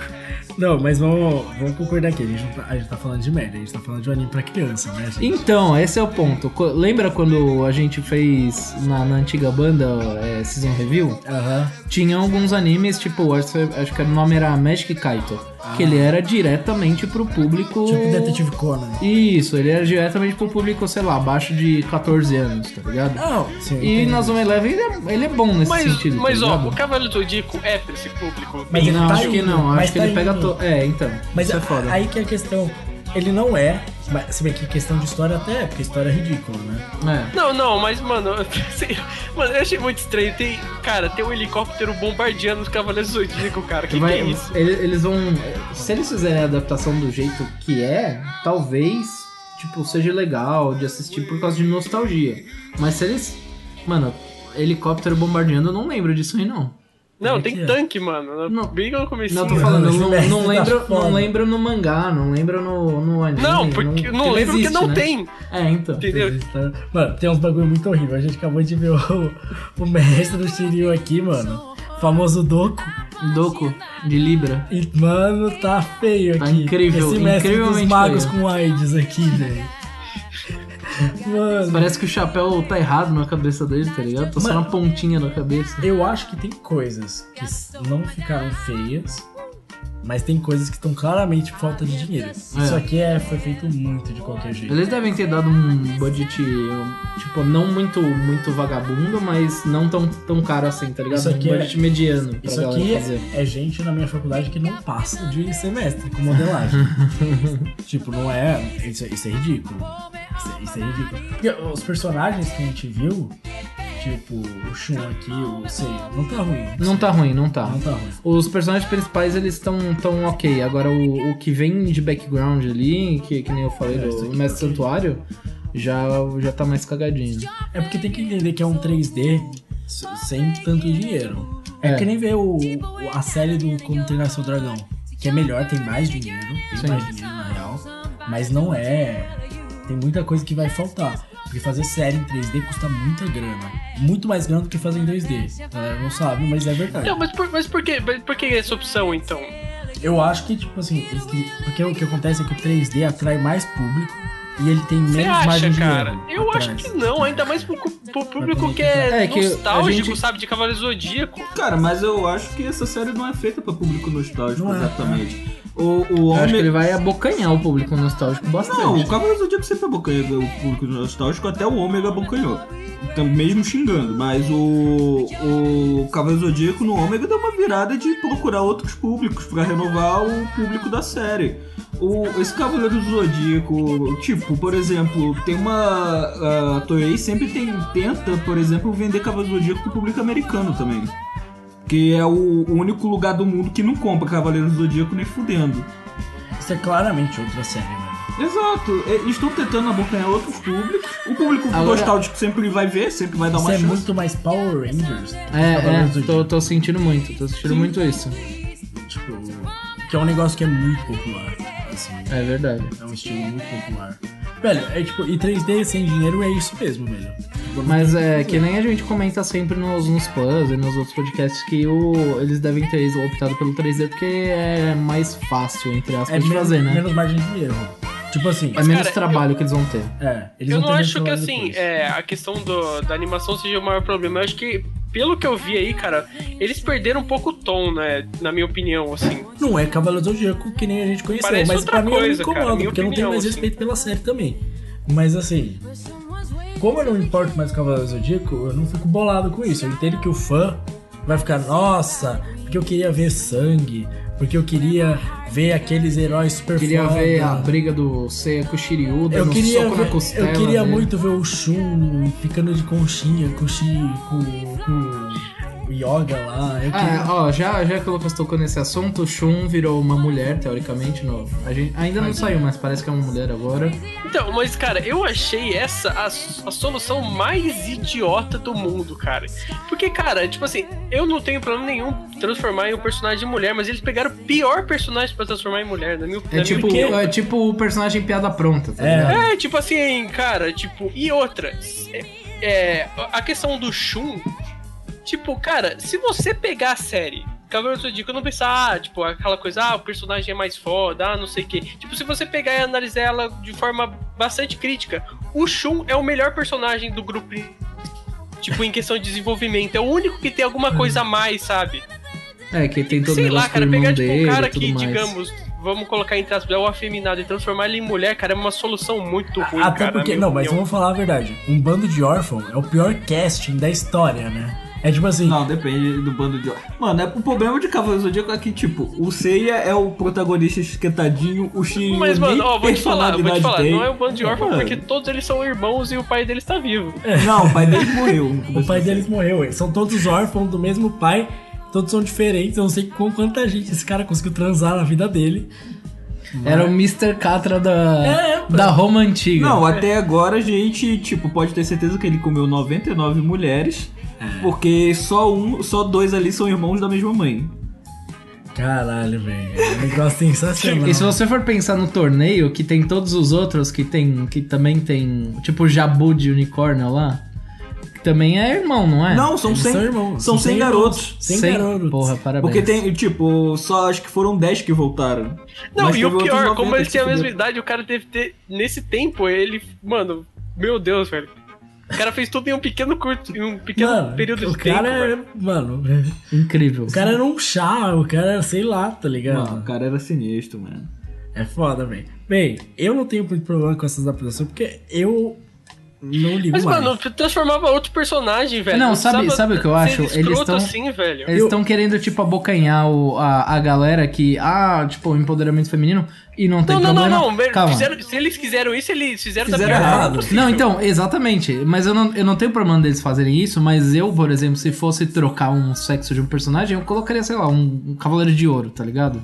S3: Não, mas vamos, vamos concordar aqui. A gente, não tá, a gente tá falando de merda. A gente tá falando de um anime pra criança, né? gente?
S4: Então, esse é o ponto. Co- Lembra quando a gente fez na, na antiga banda é, Season Review?
S3: Aham.
S4: Tinha alguns animes, tipo, acho, acho que o nome era Magic Kaito. Que ele era diretamente pro público.
S3: Tipo Detetive Conan.
S4: Isso, ele era diretamente pro público, sei lá, abaixo de 14 anos, tá ligado?
S3: Não, sim. eu
S4: E
S3: entendo.
S4: na Zona Eleven ele é, ele é bom nesse
S5: Mas,
S4: sentido. tá
S5: mas ó,
S4: ligado?
S5: o Cavaleiro do Zodíaco é pra esse público.
S3: Mas ele
S4: não,
S3: tá
S4: acho que
S3: indo,
S5: um-
S4: não,
S3: mas
S4: acho que
S3: tá
S4: ele pega.
S3: indo.
S4: To... É, então.
S3: Mas
S4: isso é
S3: a-
S4: foda.
S3: aí que é a questão. Ele não é, mas, se bem que questão de história até é, porque história é ridícula, né?
S4: É.
S5: Não, não, mas, mano, assim, mano, eu achei muito estranho. Tem, cara, tem um helicóptero bombardeando os Cavaleiros do Zodíaco, cara. Que,
S4: Vai-
S5: que é isso?
S4: ele- eles vão. Se eles fizerem a adaptação do jeito que é, talvez, tipo, seja legal de assistir por causa de nostalgia. Mas se eles. Mano, helicóptero bombardeando, eu não lembro disso aí, não.
S5: Não,
S3: Como é que
S5: tem
S3: é?
S5: tanque, mano.
S4: Não.
S5: Bem no comecinho.
S4: Não, eu tô falando, eu não,
S3: Mestre tá
S4: não
S3: da
S4: lembro, não
S3: fome.
S4: lembro no mangá, não lembro no, no anime.
S5: Não, porque não lembro porque
S4: existe,
S5: não
S4: né?
S5: tem.
S4: É, então.
S5: Entendeu?
S3: Vocês estão- Mano, tem uns bagulho muito horrível. A gente acabou de ver o, o mestre do Shiryu aqui, mano. Famoso Doku.
S4: Doku, de Libra.
S3: E, mano, tá feio
S4: Tá
S3: aqui.
S4: incrível,
S3: Esse mestre dos
S4: incrivelmente
S3: magos
S4: feio.
S3: com AIDS aqui, velho. Mano,
S4: Parece que o chapéu tá errado na cabeça dele, tá ligado? Tá só
S3: Mano.
S4: uma pontinha na cabeça.
S3: eu acho que tem coisas que s- não ficaram feias, mas tem coisas que estão claramente por falta de dinheiro. Isso aqui é, foi feito muito de qualquer jeito.
S4: Eles devem ter dado um budget, um, tipo, não muito, muito vagabundo, mas não tão, tão caro assim, tá ligado?
S3: Isso aqui
S4: um
S3: é-
S4: budget mediano pra
S3: Isso
S4: galera
S3: aqui
S4: fazer.
S3: é gente na minha faculdade que não passa de semestre com modelagem. tipo, não é. Isso, é- isso é ridículo. Isso, é- isso é ridículo. Porque os personagens que a gente viu, tipo, o Shun aqui, o Sei, não tá ruim.
S4: Não tá ruim, não tá.
S3: Não tá ruim.
S4: Os personagens principais, eles estão tão ok. Agora, o, o que vem de background ali, que, que nem eu falei,
S3: É, isso
S4: do
S3: aqui. tá
S4: Mestre Santuário, já, já tá mais cagadinho.
S3: É porque tem que entender que é um 3D s- sem tanto dinheiro. É,
S4: É.
S3: que nem ver o, o- a série do Como Treinar Seu Dragão. Que é melhor, tem mais dinheiro. Tem
S4: Sim.
S3: mais dinheiro, na real. Mas não é... Tem muita coisa que vai faltar. Porque fazer série em 3D custa muita grana. Muito mais grana do que fazer em 2D. A galera não sabe, mas é verdade.
S5: Não, mas por, mas por, que, mas por que essa opção, então?
S3: Eu acho que, tipo assim... eles que- Porque o que acontece é que o 3D atrai mais público. E ele tem
S5: Você
S3: menos margem
S5: acha,
S3: de
S5: cara?
S3: erro
S5: Eu acho
S3: né? atrás.
S5: que não, ainda mais pro, cu- pro público
S3: também
S5: que é,
S4: É, que a
S5: nostálgico,
S4: gente-
S5: sabe, de Cavaleiro Zodíaco.
S2: Cara, mas eu acho que essa série não é feita pra público nostálgico,
S3: Não é.
S2: exatamente. O, o
S4: Eu acho que ele
S2: homem.
S4: vai abocanhar o público nostálgico
S2: Não,
S4: bastante.
S2: o Cavaleiro do Zodíaco sempre abocanhou o público nostálgico, até o Ômega abocanhou. Então, mesmo xingando, mas o, o Cavaleiro do Zodíaco no Ômega deu uma virada de procurar outros públicos pra renovar o público da série. O, esse Cavaleiro do Zodíaco, tipo, por exemplo, tem uma. A Toei sempre tem, tenta, por exemplo, vender Cavaleiro do Zodíaco pro público americano também. Que é o único lugar do mundo que não compra Cavaleiro do Zodíaco nem fudendo.
S3: Isso é claramente outra série, né? mano.
S2: Exato, E- estão tentando abocanhar outros públicos. O público
S4: Agora-
S2: nostálgico sempre vai ver, sempre vai dar
S3: Isso
S2: uma
S3: é
S2: chance.
S3: muito mais Power Rangers.
S4: É,
S3: Cavaleiros do
S4: é, tô,
S3: Zodíaco.
S4: tô sentindo muito, tô sentindo muito isso.
S3: Tipo, que é um negócio que é muito popular. Assim,
S4: É verdade.
S3: é um estilo muito popular. Velho, é tipo, e 3D sem dinheiro é isso mesmo, velho. Tipo, não
S4: Mas
S3: tem-
S4: é que nem a gente comenta sempre nos, nos fãs e nos outros podcasts que o, eles devem ter optado pelo 3D porque é mais fácil, entre aspas,
S3: é
S4: de
S3: menos,
S4: fazer, né?
S3: menos margem de erro. Tipo assim,
S4: É menos
S5: cara,
S4: trabalho que eles vão ter.
S3: é, eles
S5: eu
S3: vão
S5: não
S3: ter
S5: acho que
S3: menos
S5: assim,
S3: depois.
S5: é, a questão do- da animação seja o maior problema. Eu acho que, pelo que eu vi aí, cara, eles perderam um pouco o tom, né? Na minha opinião, assim.
S3: Não é Cavaleiro do Zodíaco que nem a gente conheceu,
S5: Parece
S3: mas
S5: outra
S3: pra mim eu me
S5: coisa, cara,
S3: incomodo,
S5: minha
S3: porque eu não tenho
S5: opinião,
S3: mais
S5: assim.
S3: respeito pela série também. Mas assim, como eu não importo mais com Cavaleiro do Zodíaco, eu não fico bolado com isso. Eu entendo que o fã vai ficar, nossa, porque eu queria ver sangue, porque eu queria ver aqueles heróis super
S4: Queria
S3: foda.
S4: ver a briga do Seiya com o Shiryu,
S3: Eu
S4: dando um
S3: queria,
S4: soco
S3: ver-
S4: na costela.
S3: eu queria
S4: dele.
S3: muito ver o Shun ficando de conchinha com o Shi, com, com o Yoga lá. Eu queria-
S4: Ah, ó, já, já que o Lucas tocou nesse assunto, o Shun virou uma mulher, teoricamente, no, a gente, ainda não saiu, mas parece que é uma mulher agora.
S5: Então, mas cara, eu achei essa a, a solução mais idiota do mundo, cara. Porque, cara, tipo assim, eu não tenho problema nenhum transformar em um personagem em mulher, mas eles pegaram o pior personagem pra transformar em mulher, na minha, na
S4: É
S5: minha
S4: tipo,
S5: opinião.
S4: é tipo o personagem piada pronta, tá
S3: É.
S4: ligado?
S5: É, tipo assim, cara, tipo, e outra. é, é, a questão do Shun, tipo, cara, se você pegar a série. Cavaleiro do Zodíaco, não pensar, ah, tipo, aquela coisa, ah, o personagem é mais foda, ah, não sei o quê. Tipo, se você pegar e analisar ela de forma bastante crítica, o Shun é o melhor personagem do grupo, tipo, em questão de desenvolvimento. É o único que tem alguma coisa a mais, sabe?
S4: É, que tem todo o
S5: Tipo, Sei lá,
S4: negócio
S5: cara,
S4: do irmão
S5: pegar tipo, um
S4: dele
S5: cara
S4: e tudo
S5: que,
S4: mais.
S5: digamos, vamos colocar entre aspas, é o afeminado e transformar ele em mulher, cara, é uma solução muito ruim,
S3: Até
S5: cara, na
S3: porque,
S5: minha
S3: não, mas
S5: opinião.
S3: vamos falar a verdade. Um bando de órfão é o pior casting da história, né? É tipo assim,
S2: Não, depende do bando de. Mano, é, o problema de Cavaleiro do Zodíaco é que, tipo, o Seiya é o protagonista esquentadinho, o é Shin.
S5: Mas, mano, ó, vou te falar, vou te falar,
S2: tem.
S5: não é o bando de órfão
S2: Mano,
S5: porque todos eles são irmãos e o pai deles tá vivo.
S2: Não, o pai dele morreu.
S3: É. o pai deles morreu, eles são todos órfãos do mesmo pai, todos são diferentes, eu não sei com quanta gente esse cara conseguiu transar na vida dele.
S4: Era o Mr. Catra da,
S3: É, pô.
S4: da Roma Antiga.
S2: Não, até agora a gente, tipo, pode ter certeza que ele comeu 99 mulheres,
S3: É.
S2: porque só um, só dois ali são irmãos da mesma mãe.
S3: Caralho, velho. É um negócio sensacional.
S4: E se você for pensar no torneio, que tem todos os outros, que tem. que também tem. Tipo o jabu de unicórnio lá. Que também é irmão, não é?
S2: Não, são
S3: Eles
S2: 100,
S3: são irmãos,
S2: são
S3: são
S2: 100
S3: 100
S2: garotos.
S3: Sem
S4: Sem-
S3: garotos.
S4: Porra, parabéns.
S2: Porque tem, tipo, só acho que foram 10 que voltaram.
S5: Não,
S2: Mas
S5: e
S2: teve
S5: o
S2: outros
S5: pior,
S2: 90
S5: como ele
S2: que
S5: tem a
S2: se
S5: mesma
S2: fuderam.
S5: idade, o cara deve ter. Nesse tempo, ele. Mano, meu Deus, velho. O cara fez tudo em um pequeno curto. Em um pequeno
S3: Mano,
S5: período
S3: o
S5: de tempo.
S3: cara
S5: velho.
S3: é. Mano,
S4: Incrível.
S3: o cara era um chá, o cara era, sei lá, tá ligado?
S2: Mano, o cara era sinistro, mano.
S3: É foda, velho. Bem, eu não tenho muito problema com essas adaptações, porque eu não ligo
S5: Mas,
S3: mais.
S5: mano, transformava outro personagem, velho.
S4: Não,
S5: Não
S4: sabe-
S5: precisava
S4: sabe o que eu
S5: ser
S4: acho? Eles
S5: escroto
S4: tão-
S5: assim, velho.
S4: Eles estão querendo, tipo, abocanhar o- a, a galera que. Ah, tipo, empoderamento feminino. E não tem
S5: Não, não, não,
S4: problema.
S5: não. velho,
S4: Calma.
S5: fizeram- se eles quiseram isso, eles fizeram,
S2: Fizeram
S5: da Tá pior forma
S2: errado.
S5: possível.
S4: Não, então, exatamente. Mas eu não, eu não tenho problema deles fazerem isso, mas eu, por exemplo, se fosse trocar um sexo de um personagem, eu colocaria, sei lá, um, um Cavaleiro de Ouro, tá ligado?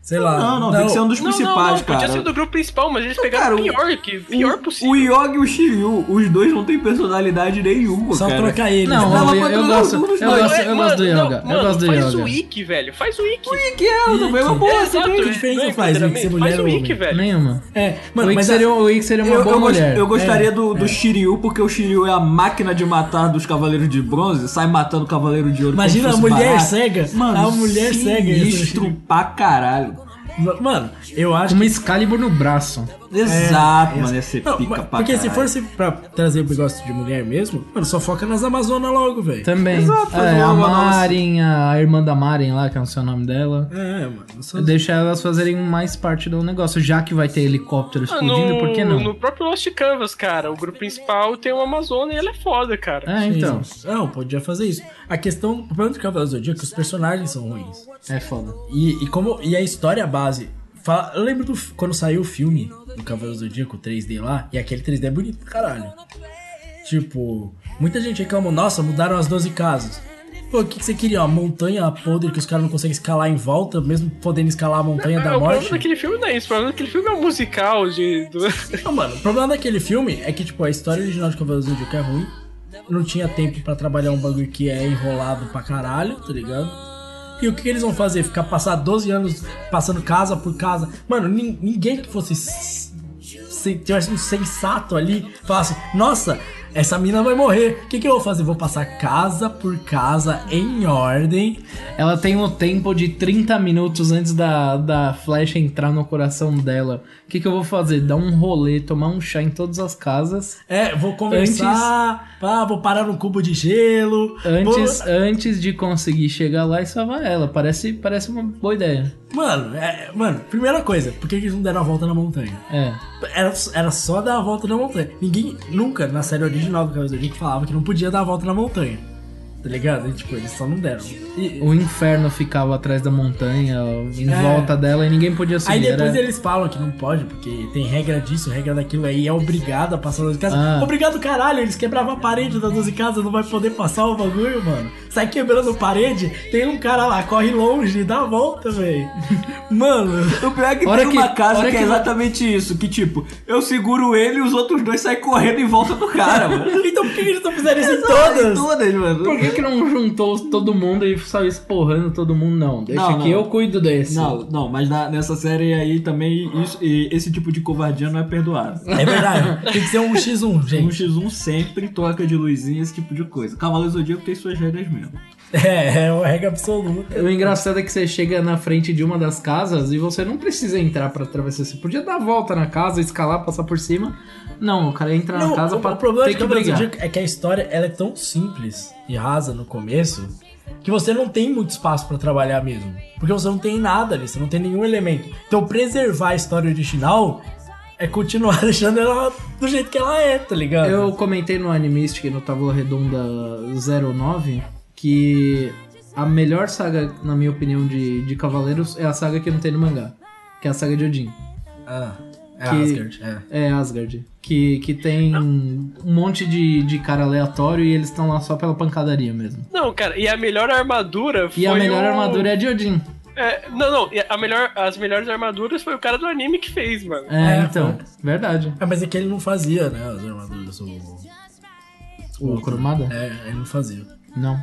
S3: sei lá.
S2: Não, não, tem que ser
S3: Tipo
S2: um dos
S5: Não, não,
S2: principais,
S5: não,
S2: cara.
S5: Podia ser do grupo principal, mas eles pegaram
S2: cara,
S5: o pior,
S2: o-
S5: que, pior
S2: o,
S5: possível.
S2: O Yogi e o Shiryu, os dois não têm personalidade nenhuma,
S3: Só
S2: cara.
S3: trocar ele.
S4: Não,
S3: né?
S2: dava
S4: eu,
S2: pra
S4: eu
S2: trocar
S4: gosto.
S2: um dos
S4: Eu
S2: dois.
S4: gosto,
S5: É,
S4: eu
S5: mano,
S4: gosto do
S5: não,
S4: yoga. eu
S5: mano,
S4: gosto do
S5: faz o
S4: yoga.
S5: Wiki, velho. Faz o Wiki.
S2: O que é? Não tem
S3: Ih,
S2: uma
S3: que-
S2: porra,
S5: Exato,
S3: que diferença
S5: não é
S3: faz
S5: empoderamento,
S3: ser mulher
S5: faz o
S3: ou
S5: Wiki,
S3: homem?
S5: velho.
S4: Nenhuma.
S3: É,
S4: o
S3: mano,
S4: Ick
S3: mas
S4: seria, o Ick seria uma
S2: Eu,
S4: boa
S2: eu, gost-
S4: mulher. É,
S2: eu gostaria do, do Shiryu, porque o Shiryu é a máquina de matar dos Cavaleiros de Bronze, sai matando o Cavaleiro de Ouro. como
S3: Imagina
S2: se
S3: a
S2: fosse
S3: mulher
S2: barato.
S3: cega.
S2: Mano,
S3: A mulher cega, esse
S2: Sinistro
S3: Shiryu.
S2: pra caralho.
S3: a- Mano, eu acho.
S4: Uma Um Excalibur no braço.
S2: Exato,
S3: É,
S2: mano,
S3: é-
S2: ia ser
S3: Não,
S2: pica
S3: mas-
S2: pra
S3: Porque se
S2: caralho.
S3: fosse pra trazer o negócio de mulher mesmo, mano, só foca nas Amazonas logo, velho.
S4: Também.
S2: Exato, faz
S4: é,
S2: uma
S4: a
S2: nova-
S4: Maren, a irmã da Maren lá, que eu não sei o nome dela.
S3: É, mano. Só...
S4: Deixa elas fazerem mais parte do negócio. Já que vai ter helicóptero
S5: Ah,
S4: explodindo,
S5: No,
S4: por que não?
S5: no próprio Lost Canvas, cara, o grupo principal tem o Amazônia e ele é foda, cara.
S4: É, então.
S3: Não, podia fazer isso. A questão, o problema do Cavaleiro do Zodíaco é que os personagens são ruins.
S4: É foda.
S3: E, e como e a história base. Fala, eu lembro do, f- quando saiu o filme do Cavaleiro do Zodíaco 3D lá, e aquele 3D é bonito pra caralho. Tipo, muita gente reclamou, nossa, mudaram as 12 casas. Pô, o que, que você queria? Uma montanha podre que os caras não conseguem escalar em volta, mesmo podendo escalar a montanha
S5: Ah,
S3: É da
S5: o problema
S3: morte?
S5: daquele filme não é isso, o problema daquele filme é o musical de. do-
S3: Não, mano, o problema daquele filme é que, tipo, a história original de Cavaleiros do Zodíaco é ruim. Não tinha tempo pra trabalhar um bagulho que é enrolado pra caralho, tá ligado? E o que, que eles vão fazer? Ficar passar 12 anos passando casa por casa. Mano, nin- ninguém que fosse. s- se- tivesse um sensato ali, falasse: Nossa, essa mina vai morrer. O que, que eu vou fazer? Vou passar casa por casa em ordem.
S4: Ela tem um tempo de 30 minutos antes da, da flecha entrar no coração dela. O que, que eu vou fazer? Dar um rolê, tomar um chá em todas as casas.
S3: É, vou conversar. pá, vou parar num cubo de gelo. vou-
S4: Antes, antes de conseguir chegar lá e salvar ela. Parece, parece uma boa ideia.
S3: Mano, é- mano, primeira coisa, por que que eles não deram a volta na montanha?
S4: É.
S3: Era, era só dar a volta na montanha. Ninguém, nunca, na série original do Cavaleiro do Zodíaco, falava que não podia dar a volta na montanha. Tá ligado? E, tipo, eles só não deram. E-
S4: O inferno ficava atrás da montanha, em
S3: É.
S4: volta dela, e ninguém podia subir.
S3: aí depois
S4: era-
S3: eles falam que não pode, porque tem regra disso, regra daquilo aí, é obrigado a passar 12 casas.
S4: Ah.
S3: Obrigado, caralho, eles quebravam a parede das 12 casas, não vai poder passar o bagulho, mano. Sai quebrando parede, tem um cara lá, corre longe, dá a volta, velho. mano.
S2: O pior é que
S4: Hora
S2: tem
S4: que-
S2: uma casa
S4: hora
S2: que, é
S4: que-
S2: exatamente isso, que tipo, eu seguro ele e os outros dois saem correndo em volta do cara, mano.
S3: Então por que eles não fizeram isso em
S2: Em
S3: todas?
S2: Todas, mano.
S4: Por que, que não juntou todo mundo e saiu esporrando todo mundo? Não, deixa
S2: Não,
S4: que
S2: não.
S4: eu cuido desse.
S2: Não, não, mas na- nessa série aí também isso- e- esse tipo de covardia não é perdoado.
S3: É verdade. Tem que ser um X1,
S2: Um
S3: gente.
S2: X1 sempre toca de luzinha esse tipo de coisa. Cavaleiro Zodíaco tem suas regras mesmo.
S3: É, é uma regra absoluta.
S4: O engraçado é que você chega na frente de uma das casas e você não precisa entrar pra atravessar. Você podia dar a volta na casa, escalar, passar por cima. Não, o cara entra na casa
S3: o,
S4: pra
S3: o problema
S4: ter
S3: de
S4: que
S3: Cavaleiros do
S4: brigar.
S3: Zodíaco é que a história ela é tão simples e rasa no começo que você não tem muito espaço pra trabalhar mesmo. Porque você não tem nada ali, você não tem nenhum elemento. Então preservar a história original é continuar deixando ela do jeito que ela é, tá ligado?
S4: Eu comentei no Animistic, no Tábua Redonda 09, que a melhor saga, na minha opinião, de, de Cavaleiros é a saga que não tem no mangá. Que é a saga de Odin.
S3: Ah, é
S4: Que-
S3: Asgard, é.
S4: É Asgard. Que, que tem um monte de, de cara aleatório e eles estão lá só pela pancadaria mesmo.
S5: Não, cara, e a melhor armadura foi.
S4: E a melhor
S5: o-
S4: armadura é a de Odin.
S5: É, não, não, e a melhor, as melhores armaduras foi o cara do anime que fez, mano.
S4: É,
S3: É,
S4: então. Verdade.
S3: Ah, mas é que ele não fazia, né? As armaduras. O,
S4: O Kurumada?
S3: é, ele não fazia.
S4: Não.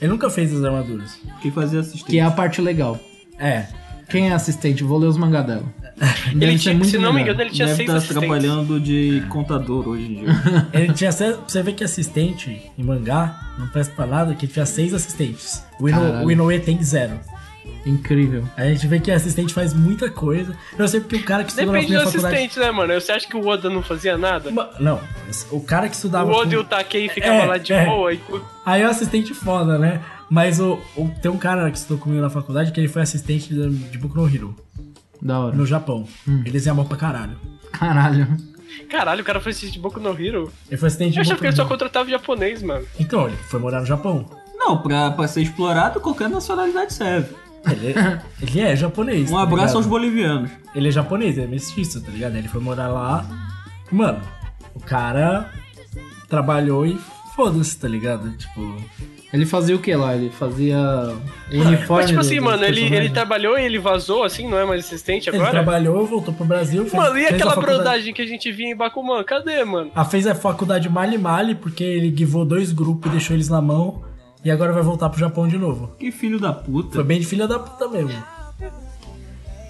S3: Ele nunca fez as armaduras.
S2: Quem fazia assistente?
S4: Que é a parte legal.
S3: É.
S4: Quem é assistente? Vou ler os mangá dela. é
S5: Ele
S4: Deve ser
S5: tinha, se não me
S4: melhor. tá
S5: engano, ele tinha
S2: Deve
S5: seis
S2: estar
S5: assistentes.
S2: trabalhando de contador hoje em dia.
S3: Ele tinha. se- pra Você vê que assistente em mangá, não presta pra nada, que tinha seis assistentes. O, Ino,
S4: Caralho.
S3: o Inoue tem zero.
S4: Incrível.
S3: Aí A gente vê que assistente faz muita coisa. Eu sei porque o cara que estudou
S5: Depende
S3: na
S5: do
S3: minha faculdade.
S5: assistente, né, mano? Você acha que o Oda não fazia nada?
S3: Ma- Não, mas o cara que
S5: O
S3: estudava.
S5: Oda e
S3: com-
S5: o Takei ficavam
S3: É,
S5: lá de
S3: é.
S5: boa e cu-
S3: Aí é o assistente foda, né? Mas o, o- tem um cara que estudou comigo na faculdade que ele foi assistente de, de Boku no Hero,
S4: Da hora.
S3: no Japão.
S2: Hum.
S3: Ele desenha mal pra caralho.
S4: Caralho.
S5: Caralho, o cara foi assistir Boku no Hero?
S3: Ele foi assistente de
S5: Eu achava
S3: Boku
S5: que ele
S3: no
S5: só
S3: Hero.
S5: contratava japonês, mano.
S3: Então, ele foi morar no Japão.
S2: Não, pra, pra ser explorado, qualquer nacionalidade serve.
S3: Ele, ele é japonês.
S2: Um
S3: tá
S2: abraço
S3: ligado?
S2: aos bolivianos.
S3: Ele é japonês, ele é mestiço, tá ligado? Ele foi morar lá. Mano, o cara trabalhou e foda-se, tá ligado? Tipo.
S4: Ele fazia o que lá? Ele fazia o uniforme.
S5: Mas tipo
S4: do-
S5: assim,
S4: dos
S5: mano, ele,
S4: personagens?
S5: ele trabalhou e ele vazou, assim, não é mais assistente
S3: Ele
S5: agora?
S3: trabalhou, voltou pro Brasil. Fez,
S5: Mano, e
S3: fez a
S5: aquela
S3: faculdade-
S5: brodagem que a gente via em Bakuman? Cadê, mano?
S3: Ah, fez a faculdade Mali Mali, porque ele guivou dois grupos e deixou eles na mão. E agora vai voltar pro Japão de novo.
S2: Que filho da
S3: Foi
S2: puta.
S3: bem de filha da puta mesmo.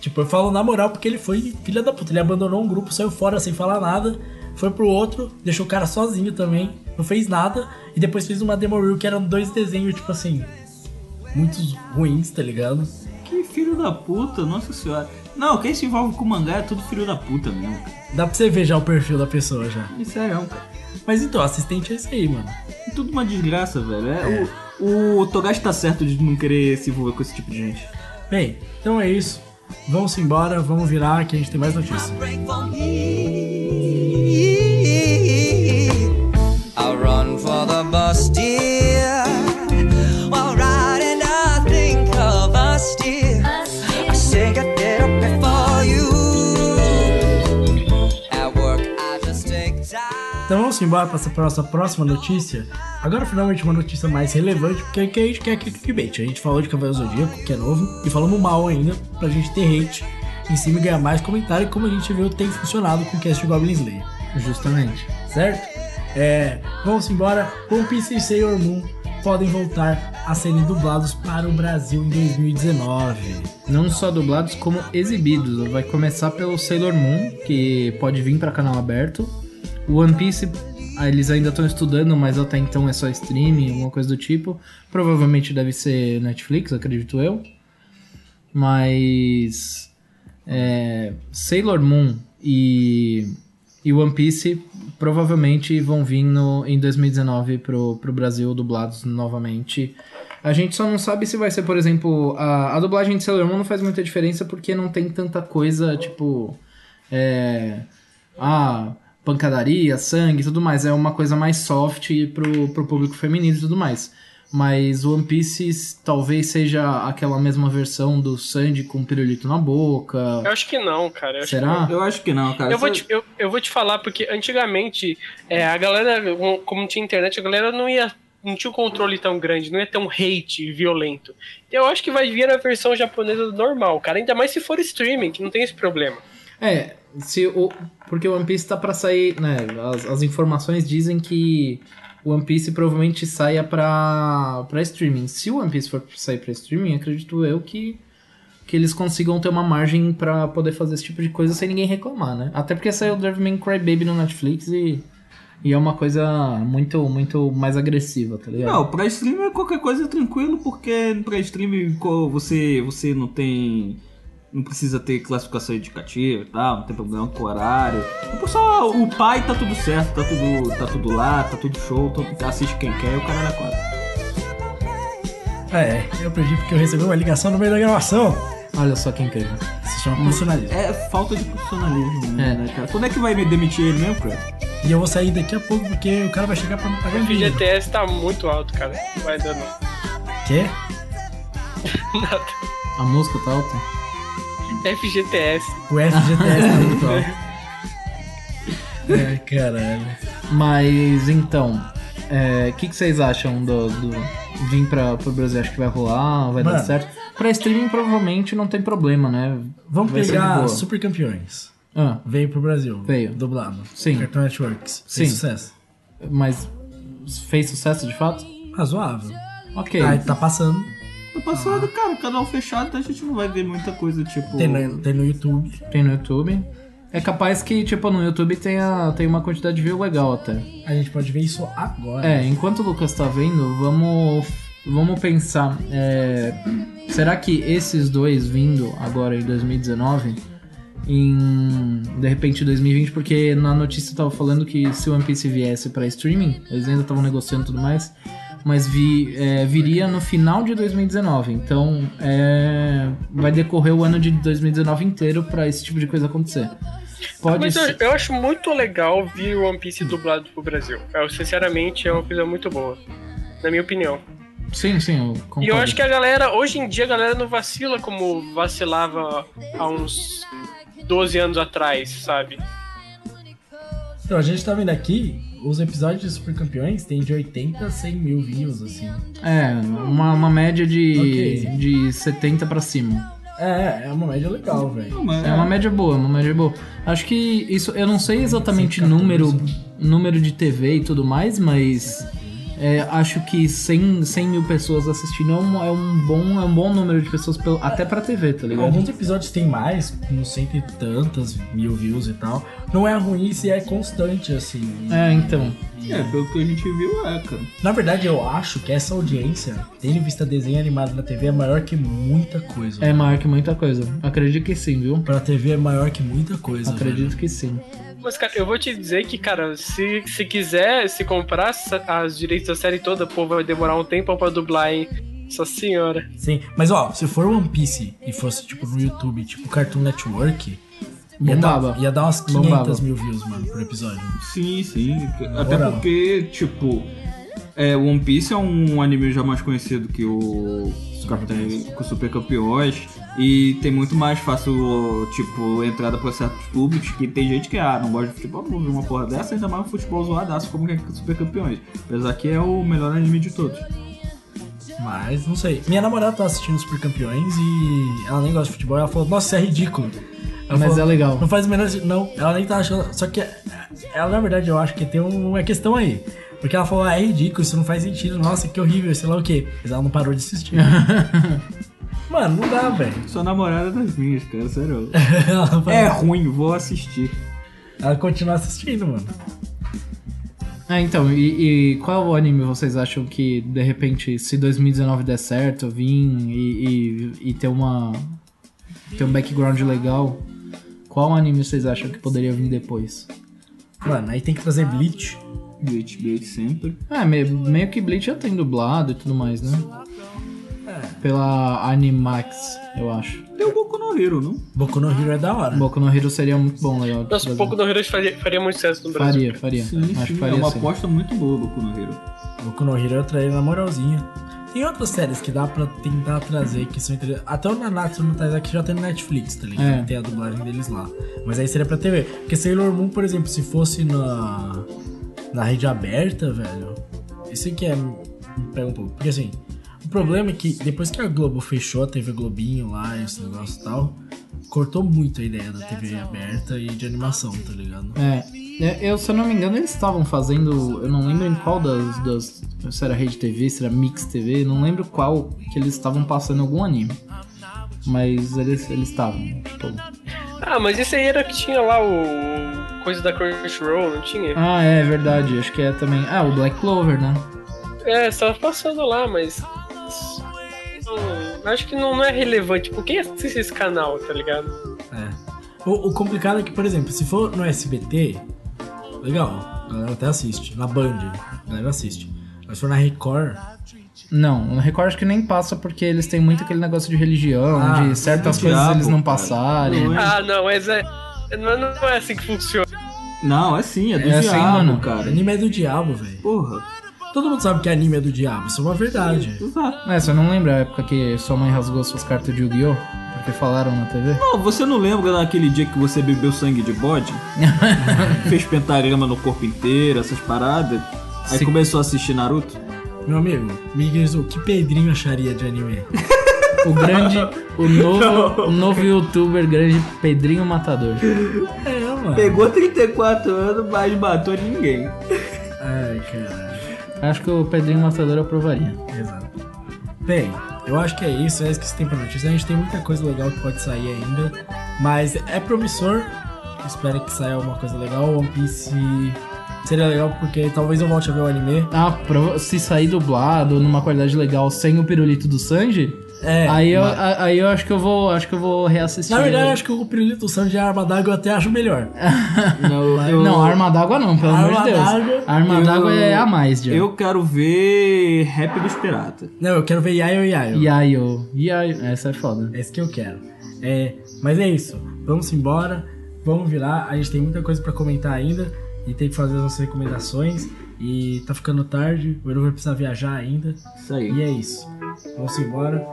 S3: Tipo, eu falo na moral porque ele foi filha da puta. Ele abandonou um grupo, saiu fora sem falar nada. Foi pro outro, deixou o cara sozinho também. Não fez nada. E depois fez uma demo reel que eram dois desenhos, tipo assim. Muitos ruins, tá ligado?
S2: Que filho da puta, nossa senhora. Não, quem se envolve com mangá é tudo filho da puta mesmo, cara.
S3: Dá pra você ver já o perfil da pessoa já.
S2: Isso é, cara.
S3: Mas então, assistente é isso aí, mano.
S2: É tudo uma desgraça, velho. É, O, o Togashi tá certo de não querer se envolver com esse tipo de gente.
S3: Bem, então é isso. Vamos embora, vamos virar que a gente tem mais notícias.
S5: tá-
S6: I'll run for the bus, dear. While riding, I think of us, dear. I say I did it before you. At work, I just take time.
S3: Então vamos embora para a nossa próxima notícia. Agora finalmente uma notícia mais relevante, porque é que a gente quer clickbait. A gente falou de Cavaleiro Zodíaco, que é novo, e falamos mal ainda, pra gente ter hate em cima e ganhar mais comentário, e como a gente viu, tem funcionado com o cast de Goblin Slayer,
S4: Justamente.
S3: certo? É, vamos embora. One Piece e Sailor Moon podem voltar a serem dublados para o Brasil em 2019.
S4: Não só dublados, como exibidos. Vai começar pelo Sailor Moon, que pode vir pra canal aberto. O One Piece, ah, eles ainda estão estudando, mas até então é só streaming, alguma coisa do tipo. Provavelmente deve ser Netflix, acredito eu. Mas. é, Sailor Moon e, e One Piece provavelmente vão vir no, em 2019 pro, pro Brasil dublados novamente. A gente só não sabe se vai ser, por exemplo, a, a dublagem de Sailor Moon não faz muita diferença porque não tem tanta coisa, tipo. É, ah, pancadaria, sangue e tudo mais. É uma coisa mais soft pro, pro público feminino e tudo mais. Mas One Piece s- talvez seja aquela mesma versão do Sandy com pirulito na boca.
S5: Eu acho que não, cara. Eu acho
S4: Será?
S2: Eu acho que não, cara.
S5: Eu vou,
S2: Só-
S5: te, eu, eu vou te falar, porque antigamente, é, a galera, um, como tinha internet, a galera não ia. Não tinha um controle tão grande, não ia ter um hate violento. Eu acho que vai vir a versão japonesa normal, cara. Ainda mais se for streaming, que não tem esse problema.
S4: É, se o, porque o One Piece tá pra sair, né? As, as informações dizem que o One Piece provavelmente saia pra, pra streaming. Se o One Piece for sair pra streaming, acredito eu que, que eles consigam ter uma margem pra poder fazer esse tipo de coisa sem ninguém reclamar, né? Até porque saiu o Drive Cry Baby no Netflix e, e é uma coisa muito, muito mais agressiva, tá ligado?
S2: Não, pra stream é qualquer coisa é tranquilo, porque pra stream co- você, você não tem. Não precisa ter classificação indicativa e tal, não tem problema com o horário. Tipo, Só o pai tá tudo certo, tá tudo, tá tudo lá, tá tudo show, todo- assiste quem quer e o cara da quadra.
S3: É, eu perdi porque eu recebi uma ligação no meio da gravação.
S4: Olha só que incrível.
S3: Se chama profissionalismo.
S2: É falta de profissionalismo,
S4: É.
S2: né, cara? Quando é que vai me demitir ele mesmo, cara?
S3: E eu vou sair daqui a pouco porque o cara vai chegar pra me pagar
S5: O
S3: em vídeo.
S5: FGTS tá muito alto, cara. Não vai dando.
S3: Quê?
S4: A música tá alta.
S5: FGTS.
S3: O FGTS tá muito alto. Ai, caralho.
S4: Mas então, É, O que, que vocês acham do, do vir pra, pro Brasil? Acho que vai rolar, vai dar
S3: Mano.
S4: certo. Pra streaming provavelmente não tem problema, né?
S3: Vamos
S4: Vai ser de
S3: pegar
S4: boa.
S3: Super Campeões.
S4: Ah,
S3: Veio pro Brasil.
S4: Veio.
S3: Dublado.
S4: Sim.
S3: Cartoon Networks. Fez
S4: Sim.
S3: sucesso.
S4: mas fez sucesso de fato?
S3: Razoável.
S4: Ok.
S3: Aí tá passando.
S2: No
S4: Ah.
S2: passado, cara, canal fechado, então a gente não vai ver muita coisa, tipo.
S3: Tem no, tem no YouTube.
S4: Tem no YouTube. É capaz que, tipo, no YouTube tenha, tenha uma quantidade de view legal até.
S3: A gente pode ver isso agora.
S4: É, enquanto o Lucas tá vendo, vamos, vamos pensar. é, será que esses dois vindo agora em 2019, em de repente 2020, porque na notícia tava falando que se o One Piece viesse pra streaming, eles ainda estavam negociando e tudo mais, mas vi, é, viria no final de 2019. Então é, vai decorrer o ano de 2019 inteiro pra esse tipo de coisa acontecer. Pode
S5: Mas é, eu,
S4: ser.
S5: eu acho muito legal vir One Piece dublado pro Brasil. Eu, sinceramente, é uma coisa muito boa. Na minha opinião.
S4: Sim, sim, eu concordo.
S5: E eu acho que a galera, hoje em dia, a galera não vacila como vacilava há uns 12 anos atrás, sabe?
S3: Então, a gente tá vendo aqui, os episódios de Super Campeões tem de 80 a 100 mil views, assim.
S4: É, uma, uma média de,
S3: Ok.
S4: de 70 pra cima.
S3: É, é uma média legal, velho.
S2: Não, mas-
S4: É uma média boa, uma média boa. Acho que isso, eu não sei exatamente número, número de TV e tudo mais, mas é, acho que 100, 100 mil pessoas assistindo é um, é um bom, é um bom número de pessoas, pelo- até pra TV, tá ligado?
S3: Alguns episódios tem mais, com cento e tantas mil views e tal. Não é ruim se é constante, assim.
S4: É, então.
S2: É, pelo que a gente viu, é, cara.
S3: Na verdade, eu acho que essa audiência, tendo em vista desenho animado na TV, é maior que muita coisa.
S4: É maior que muita coisa. Acredito que sim, viu?
S3: Pra TV é maior que muita coisa. velho.
S4: Acredito que sim.
S5: Mas, cara, eu vou te dizer que, cara, se, se quiser, se comprar sa- as direitos da série toda, pô, vai demorar um tempão pra dublar, hein? Nossa senhora.
S3: Sim. Mas ó, se for One Piece e fosse tipo no YouTube, tipo Cartoon Network, ia
S4: Bombava.
S3: dar, ia dar umas 500
S4: Bombava.
S3: mil views, mano, por episódio.
S2: Sim, sim. Até
S3: moral.
S2: porque, tipo, é, One Piece é um anime já mais conhecido que o Capitão com Super Campeões. E tem muito mais fácil, tipo, entrada pra certos públicos que tem gente que, ah, não gosta de futebol, não vou ver uma porra dessa, ainda mais um futebol zoadaço como que é Super Campeões. Apesar que é o melhor anime de todos.
S3: Mas, não sei. Minha namorada tá assistindo Super Campeões e ela nem gosta de futebol. Ela falou, nossa, isso é ridículo. Ela
S4: Mas
S3: falou,
S4: é legal.
S3: Não faz o menor sentido. Não, ela nem tá achando. Só que ela, na verdade, eu acho que tem um, uma questão aí. Porque ela falou, ah, é ridículo, isso não faz sentido. Nossa, que horrível, sei lá o quê. Mas ela não parou de assistir. Mano, não dá, velho.
S2: Sua namorada das minhas, cara, sério.
S3: Ela não parou.
S2: É ruim, vou assistir.
S3: Ela continua assistindo, mano.
S4: Ah, então, e, e qual anime vocês acham que, de repente, se 2019 der certo, vir e, e, e ter uma. ter um background legal, qual anime vocês acham que poderia vir depois?
S3: Mano, aí tem que trazer Bleach.
S2: Bleach, Bleach sempre.
S4: Ah, me- meio que Bleach já tem dublado e tudo mais, né? Pela Animax, eu acho.
S2: Tem o Boku no Hero, não?
S3: Boku no Hero é da hora.
S4: Boku no Hero seria muito bom, legal. de
S5: Nossa, um
S4: trazer.
S5: pouco do Hero faria, faria muito sucesso no Brasil.
S4: Faria, faria.
S2: Sim,
S4: acho que
S2: sim. É
S4: faria
S2: uma
S4: sim.
S2: aposta muito boa, Boku no Hero.
S3: Boku no Hero eu traí na moralzinha. Tem outras séries que dá pra tentar trazer que são entre... Até o Nanatsu no Taizaki já tem no Netflix, tá ligado?
S4: É.
S3: Tem a dublagem deles lá. Mas aí seria pra TV. Porque Sailor Moon, por exemplo, se fosse na, na rede aberta, velho. Isso aqui é. Me pega um pouco. Porque assim, o problema é que depois que a Globo fechou a TV Globinho lá, esse negócio e tal, cortou muito a ideia da TV aberta e de animação, tá ligado?
S4: É, é, eu, se eu não me engano, eles estavam fazendo. Eu não lembro em qual das, das. Se era Rede TV, se era Mix TV, não lembro qual que eles estavam passando algum anime. Mas eles eles estavam. tipo-
S5: Ah, mas esse aí era que tinha lá o. coisa da Crunchyroll, não tinha?
S4: Ah, é verdade, acho que é também. Ah, o Black Clover, né?
S5: É, estava passando lá, mas. Não, acho que não, não é relevante. Tipo, quem assiste esse canal, tá ligado?
S3: O, o complicado é que, por exemplo, se for no SBT, legal, a galera até assiste. Na Band, a galera assiste. Mas se for na Record,
S4: Não, o Record acho que nem passa porque eles têm muito aquele negócio de religião,
S3: Ah,
S4: de certas
S2: sim,
S4: coisas
S2: diabo,
S4: eles não
S2: cara.
S4: passarem. né?
S2: Não é.
S5: Ah, não, mas é. Não, não é assim que funciona.
S2: Não, é sim, é do
S4: É assim,
S2: diabo,
S4: mano.
S2: cara.
S3: anime é do diabo, velho.
S2: Porra.
S3: Todo mundo sabe que anime é do diabo, isso é uma verdade.
S2: Exato.
S4: É, você não lembra a época que sua mãe rasgou suas cartas de Yu-Gi-Oh! Porque falaram na TV?
S2: Não, você não lembra daquele dia que você bebeu sangue de bode? Fez pentagrama no corpo inteiro, essas paradas? Aí começou a assistir Naruto?
S4: Ah.
S3: Meu amigo, Miguel, o que Pedrinho acharia de anime?
S4: O grande, o novo, o novo youtuber grande Pedrinho Matador.
S3: É, mano.
S2: Pegou 34 anos, mas matou ninguém.
S3: Ai, caralho.
S4: Acho que o Pedrinho Matador aprovaria.
S3: Exato. Bem, eu acho que é isso. É isso que se tem pra notícia. A gente tem muita coisa legal que pode sair ainda. Mas é promissor. Espero que saia alguma coisa legal. One Piece seria legal porque talvez eu volte a ver o anime.
S4: Ah, prova- se sair dublado numa qualidade legal sem o pirulito do Sanji,
S3: É.
S4: aí, eu,
S3: mas-
S4: a- aí eu acho que eu vou. Acho que eu vou reassistir.
S3: Na verdade, eu acho que o Pirulito Sanji e a arma d'água eu até acho melhor.
S2: Não,
S4: Não, arma d'água não, pelo amor
S3: Arma
S4: de Deus.
S3: d'água,
S4: arma
S2: eu-
S4: d'água é a mais, já.
S2: Eu quero ver Rap dos Piratas.
S3: Não, eu quero ver Yayo Yayo.
S4: Yayo. Yayo. Essa é foda.
S3: É isso que eu quero. É, mas é isso. Vamos embora. Vamos virar. A gente tem muita coisa pra comentar ainda. E tem que fazer as nossas recomendações. E tá ficando tarde. O Eru vai precisar viajar ainda.
S2: Isso aí.
S3: E é isso. Vamos embora.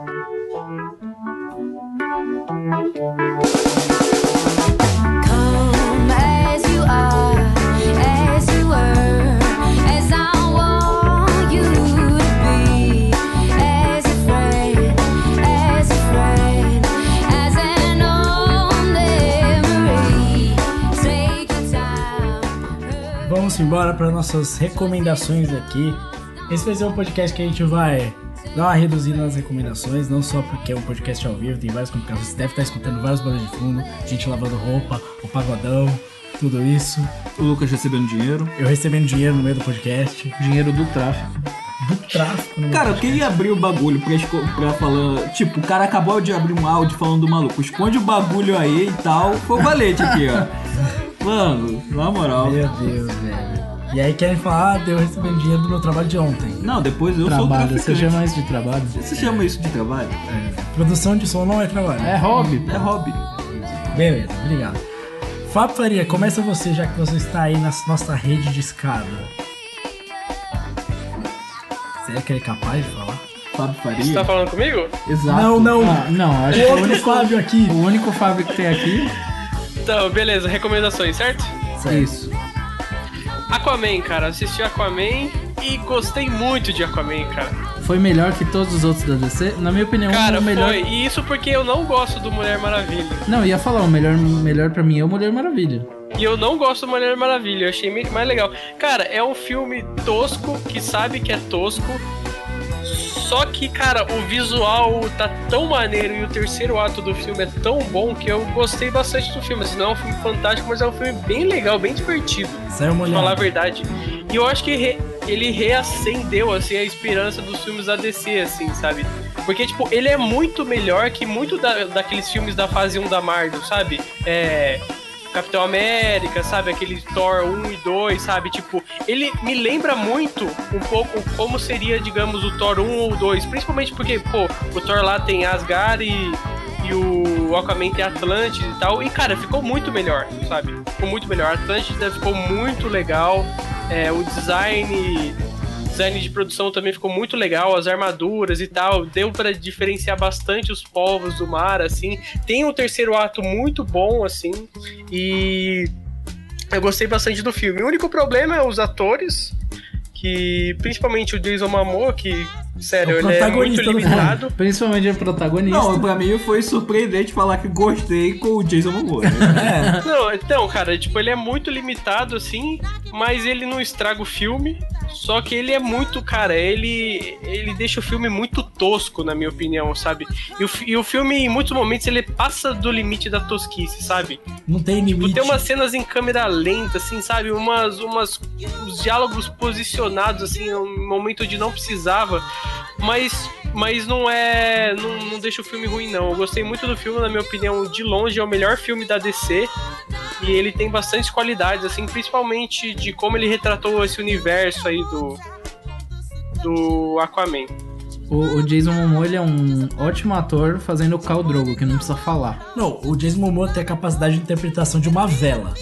S1: Come as you are, as you were, as I want you to be, as a friend, as a friend, as an old memory. Take your time.
S3: Vamos embora para nossas recomendações aqui. Esse vai ser um podcast que a gente vai dar uma reduzida nas recomendações, não só porque é um podcast ao vivo, tem várias complicações, você deve estar escutando vários barulhos de fundo, gente lavando roupa, o pagodão, tudo isso.
S2: O Lucas recebendo dinheiro.
S3: Eu recebendo dinheiro no meio do podcast,
S4: Dinheiro do tráfico.
S3: do tráfico no meio
S2: Cara, quem abriu o bagulho pra, esco- pra falar. Tipo, o cara acabou de abrir um áudio falando do maluco. Esconde o bagulho aí e tal. Foi o valete aqui, ó. Mano, na moral.
S3: Meu Deus, velho. E aí querem falar, ah, deu recebendo dinheiro do meu trabalho de ontem.
S2: Não, depois eu
S4: Trabalho.
S2: sou o
S4: Você
S3: é
S2: traficante.
S4: chama isso de trabalho?
S2: Você chama isso de trabalho?
S3: Produção de som não é trabalho.
S4: É hobby. pô.
S2: É hobby.
S3: Beleza, obrigado. Fábio Faria, começa você, já que você está aí na nossa rede de escada. Será que ele é capaz de falar?
S2: Fábio
S5: Você tá
S2: Faria.
S5: falando comigo?
S4: Exato.
S3: Não, não.
S4: Ah, não, acho que o
S3: Outro
S4: único,
S3: Fábio aqui.
S4: o único Fábio que tem aqui.
S5: Então, beleza, recomendações, certo?
S4: Isso.
S5: Aquaman, cara, assisti Aquaman e gostei muito de Aquaman, cara.
S4: Foi melhor que todos os outros da DC. Na minha opinião,
S5: Cara,
S4: o Ah, melhor.
S5: foi. E isso porque eu não gosto do Mulher Maravilha.
S4: Não, eu ia falar, o melhor, melhor pra mim é o Mulher Maravilha.
S5: E eu não gosto do Mulher Maravilha, eu achei meio que mais legal. Cara, é um filme tosco, que sabe que é tosco. Só que, cara, o visual tá tão maneiro e o terceiro ato do filme é tão bom que eu gostei bastante do filme. Assim, não é um filme fantástico, mas é um filme bem legal, bem divertido.
S3: Saiu
S5: Pra falar a
S3: mulher.
S5: verdade. E eu acho que re- ele reacendeu, assim, a esperança dos filmes da DC, assim, sabe? Porque, tipo, ele é muito melhor que muito da- daqueles filmes da fase 1 da Marvel, sabe? É. Capitão América, sabe? Aquele Thor 1 e 2, sabe? Tipo, ele me lembra muito um pouco como seria, digamos, o Thor 1 ou 2. Principalmente porque, pô, o Thor lá tem Asgard e e o Aquaman tem Atlântida e tal. E, cara, ficou muito melhor, sabe? Ficou muito melhor. A Atlântida ficou muito legal. É, o design. Design de produção também ficou muito legal, as armaduras e tal. Deu pra diferenciar bastante os povos do mar, assim. Tem um terceiro ato muito bom, assim. E eu gostei bastante do filme. O único problema é os atores, que principalmente o Jason Momoa, que, sério,
S3: É o
S5: ele é muito
S3: protagonista do filme.
S5: limitado.
S4: Principalmente o protagonista.
S2: Não, pra mim foi surpreendente falar que gostei com o Jason Momoa.
S3: É,
S2: né?
S5: Não, então, cara, tipo, ele é muito limitado, assim, mas ele não estraga o filme. Só que ele é muito, cara, ele ele deixa o filme muito tosco, na minha opinião, sabe? E o, fi- e o filme, em muitos momentos, ele passa do limite da tosquice, sabe?
S3: Não tem
S5: Tipo,
S3: limite.
S5: tem umas cenas em câmera lenta, assim, sabe? Umas, umas, uns diálogos posicionados, assim, num momento onde não precisava. Mas, mas não é. Não, não deixa o filme ruim, não. Eu gostei muito do filme, na minha opinião, de longe é o melhor filme da DC. E ele tem bastantes qualidades, assim, principalmente de como ele retratou esse universo aí do. Do Aquaman.
S4: O, o Jason Momoa ele é um ótimo ator fazendo o Khal Drogo, que não precisa falar.
S5: um-
S3: Não, o Jason Momoa tem a capacidade de interpretação de uma vela.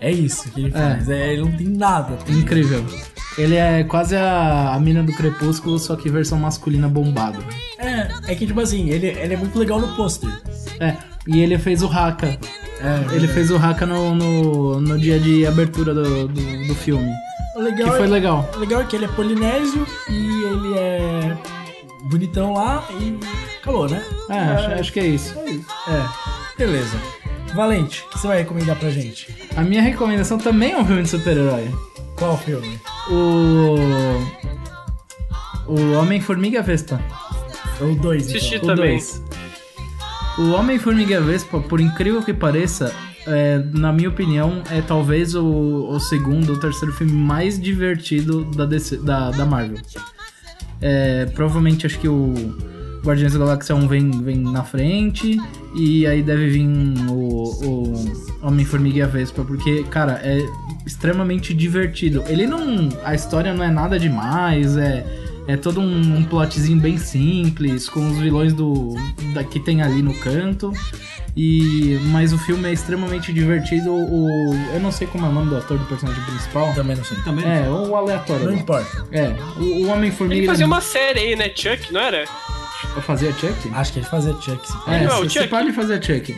S3: É isso que ele faz. É, ele não tem nada. Tem...
S4: Incrível. Ele é quase a, a mina do Crepúsculo, só que versão masculina bombada.
S3: É, é que tipo assim, ele, ele é muito legal no pôster.
S4: É, e ele fez o Haka.
S3: É,
S4: Ele fez o Haka no, no, no dia de abertura do, do, do filme.
S3: O legal
S4: Que foi
S3: é-
S4: legal.
S3: O legal é que ele é polinésio e ele é bonitão lá e acabou, né?
S4: É, acho, acho que é isso.
S3: É. Beleza. Valente, o que você vai recomendar pra gente?
S4: A minha recomendação também é um filme de super-herói.
S3: Qual filme?
S4: O. O Homem-Formiga Vespa.
S3: Ou dois,
S5: Assisti
S3: então.
S4: O
S5: também.
S4: 2. O Homem-Formiga Vespa, por incrível que pareça, é, na minha opinião, é talvez o, o segundo ou terceiro filme mais divertido da, DC da, da Marvel. É, provavelmente acho que o Guardiões da Galáxia 1 vem, vem na frente e aí deve vir o, o Homem-Formiga e a Vespa, porque, cara, é extremamente divertido. Ele não. A história não é nada demais, é. É todo um, um plotzinho bem simples, com os vilões do da, que tem ali no canto. E mas o filme é extremamente divertido. O, eu não sei como é o nome do ator do personagem principal.
S3: Também não sei.
S2: Também.
S4: É, ou o aleatório.
S3: Não
S4: lá.
S3: importa.
S4: É, o, o Homem-Formiga.
S5: Ele fazia uma série aí, né? Chuck, não era?
S4: Eu fazia Chuck?
S3: Acho que ele fazia check. se pá.
S4: É,
S5: não,
S4: você
S5: o Chuck.
S4: pode fazer Chuck.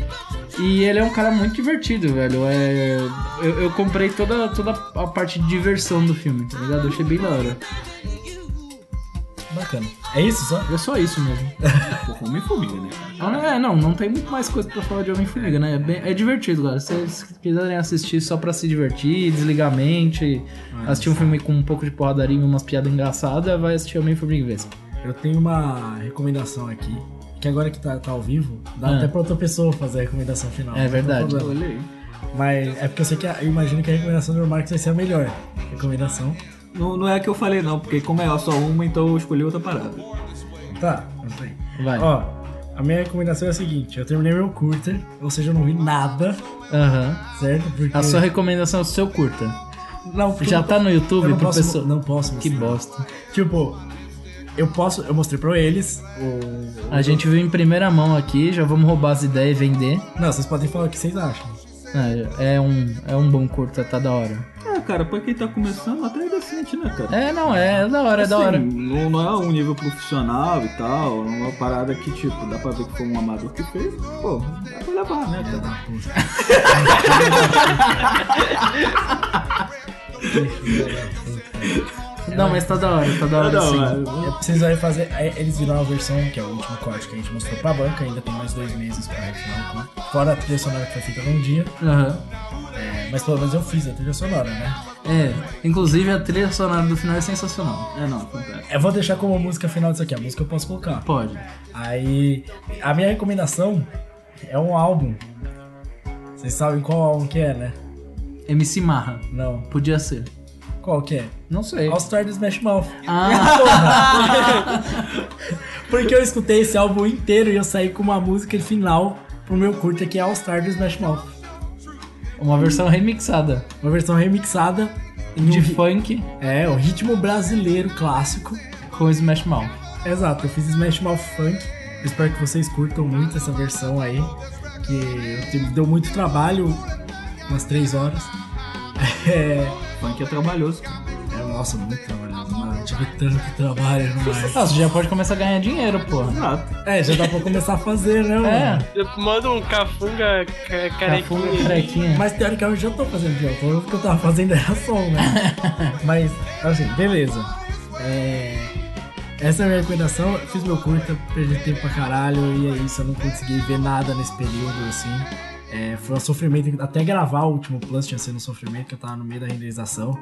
S4: E ele é um cara muito divertido, velho. É, eu, eu comprei toda, toda a parte de diversão do filme, tá ligado? Eu achei bem da hora.
S3: Bacana. É isso só?
S4: É só isso mesmo.
S2: Pô, Homem-Formiga, né? cara?
S4: Ah, não, é, não, não tem muito mais coisa pra falar de Homem-Formiga, né? É, bem- é divertido, galera. Se vocês quiserem assistir só pra se divertir, desligar a mente,
S3: Ah,
S4: assistir um filme com um pouco de porradaria e umas piadas engraçadas, vai assistir Homem-Formiga e Vespa.
S3: Eu tenho uma recomendação aqui. Que agora que tá, tá ao vivo, dá
S4: Ah.
S3: até pra outra pessoa fazer a recomendação final.
S4: É
S3: não tem
S4: verdade.
S3: problema.
S2: Olha aí.
S3: Mas é porque eu sei que a- eu imagino que a recomendação do Marcos vai ser a melhor recomendação.
S2: Não, não é a que eu falei, não, porque como é só uma, então eu escolhi outra parada.
S3: Tá, não sei.
S4: Vai.
S3: Ó, a minha recomendação é a seguinte: eu terminei meu curta, ou seja, eu não vi nada,
S4: Aham.
S3: certo? Porque.
S4: A sua recomendação é o seu curta.
S3: Não, porque
S4: Já
S3: eu-
S4: tá no
S3: eu
S4: YouTube,
S3: não posso,
S4: professor.
S3: Não posso
S4: Que
S3: mostrar.
S4: bosta.
S3: Tipo, eu posso. Eu mostrei pra eles. O...
S4: A gente viu em primeira mão aqui, já vamos roubar as ideias e vender.
S3: Não, vocês podem falar o que vocês acham.
S4: É, é um, é um bom curta, tá da hora.
S2: É, cara, pra quem tá começando, até é decente, né, cara?
S4: É, não, é, é da hora, é da
S2: Assim,
S4: hora.
S2: Não, não é um nível profissional e tal, não é uma parada que, tipo, dá pra ver que foi um amador que fez. Pô, dá pra levar, né, cara?
S4: Não, mas tá da hora, tá da hora
S2: Não,
S4: sim.
S2: mas-
S3: É, Vocês vão fazer. é, Eles viram a versão, que é o último corte que a gente mostrou pra banca, ainda tem mais dois meses pra refinar o curta. Fora a trilha sonora que foi feita num dia. é,
S4: Aham.
S3: Mas pelo menos eu fiz a trilha sonora, né?
S4: É, inclusive a trilha sonora do final é sensacional.
S2: É, não, acontece.
S3: Eu vou deixar como música final disso aqui, a música eu posso colocar.
S4: Pode.
S3: Aí, a minha recomendação é um álbum. Vocês sabem qual álbum que é, né?
S4: MC Marra.
S3: Não.
S4: Podia ser.
S3: Qual que é?
S4: Não sei.
S3: All Star do Smash Mouth.
S4: Ah,
S3: Porque eu escutei esse álbum inteiro e eu saí com uma música final pro meu curta que é All Star do Smash Mouth.
S4: uma versão remixada.
S3: Uma versão remixada em um
S4: De
S3: ri-
S4: funk
S3: É, o ritmo brasileiro clássico.
S4: com Smash Mouth.
S3: Exato, eu fiz Smash Mouth Funk. Eu espero que vocês curtam muito essa versão aí. Que eu te- deu muito trabalho, umas três horas. É,
S2: Funk é trabalhoso. cara.
S3: é, nossa, muito trabalho. Mano, eu tive tanto trabalho no mar.
S4: Ah, você já pode começar a ganhar dinheiro, porra.
S2: Exato.
S3: É, já dá pra começar a fazer, né, mano?
S4: É,
S5: Manda um cafunga ca-
S4: cafunga
S5: carequinha. aí.
S4: carequinha.
S3: Mas teoricamente eu já tô fazendo de autor, o que eu tava fazendo era som, né? Mas, assim, beleza. É, Essa é a minha recomendação. Eu fiz meu curta, perdi tempo pra caralho e é isso. Eu não consegui ver nada nesse período, assim. É, foi um sofrimento, até gravar o último Plus tinha sido um sofrimento, que eu tava no meio da renderização.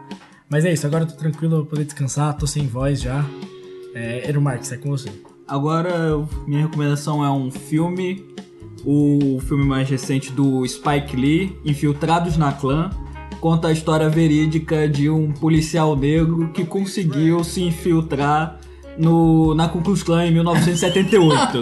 S3: Mas é isso, agora eu tô tranquilo, eu vou poder descansar, tô sem voz já. É, Ero Marques, é com você.
S2: Agora, eu- minha recomendação é um filme, o filme mais recente do Spike Lee, Infiltrados na Clã. Conta a história verídica de um policial negro que conseguiu se infiltrar no, na Ku Klux Klan em 1978.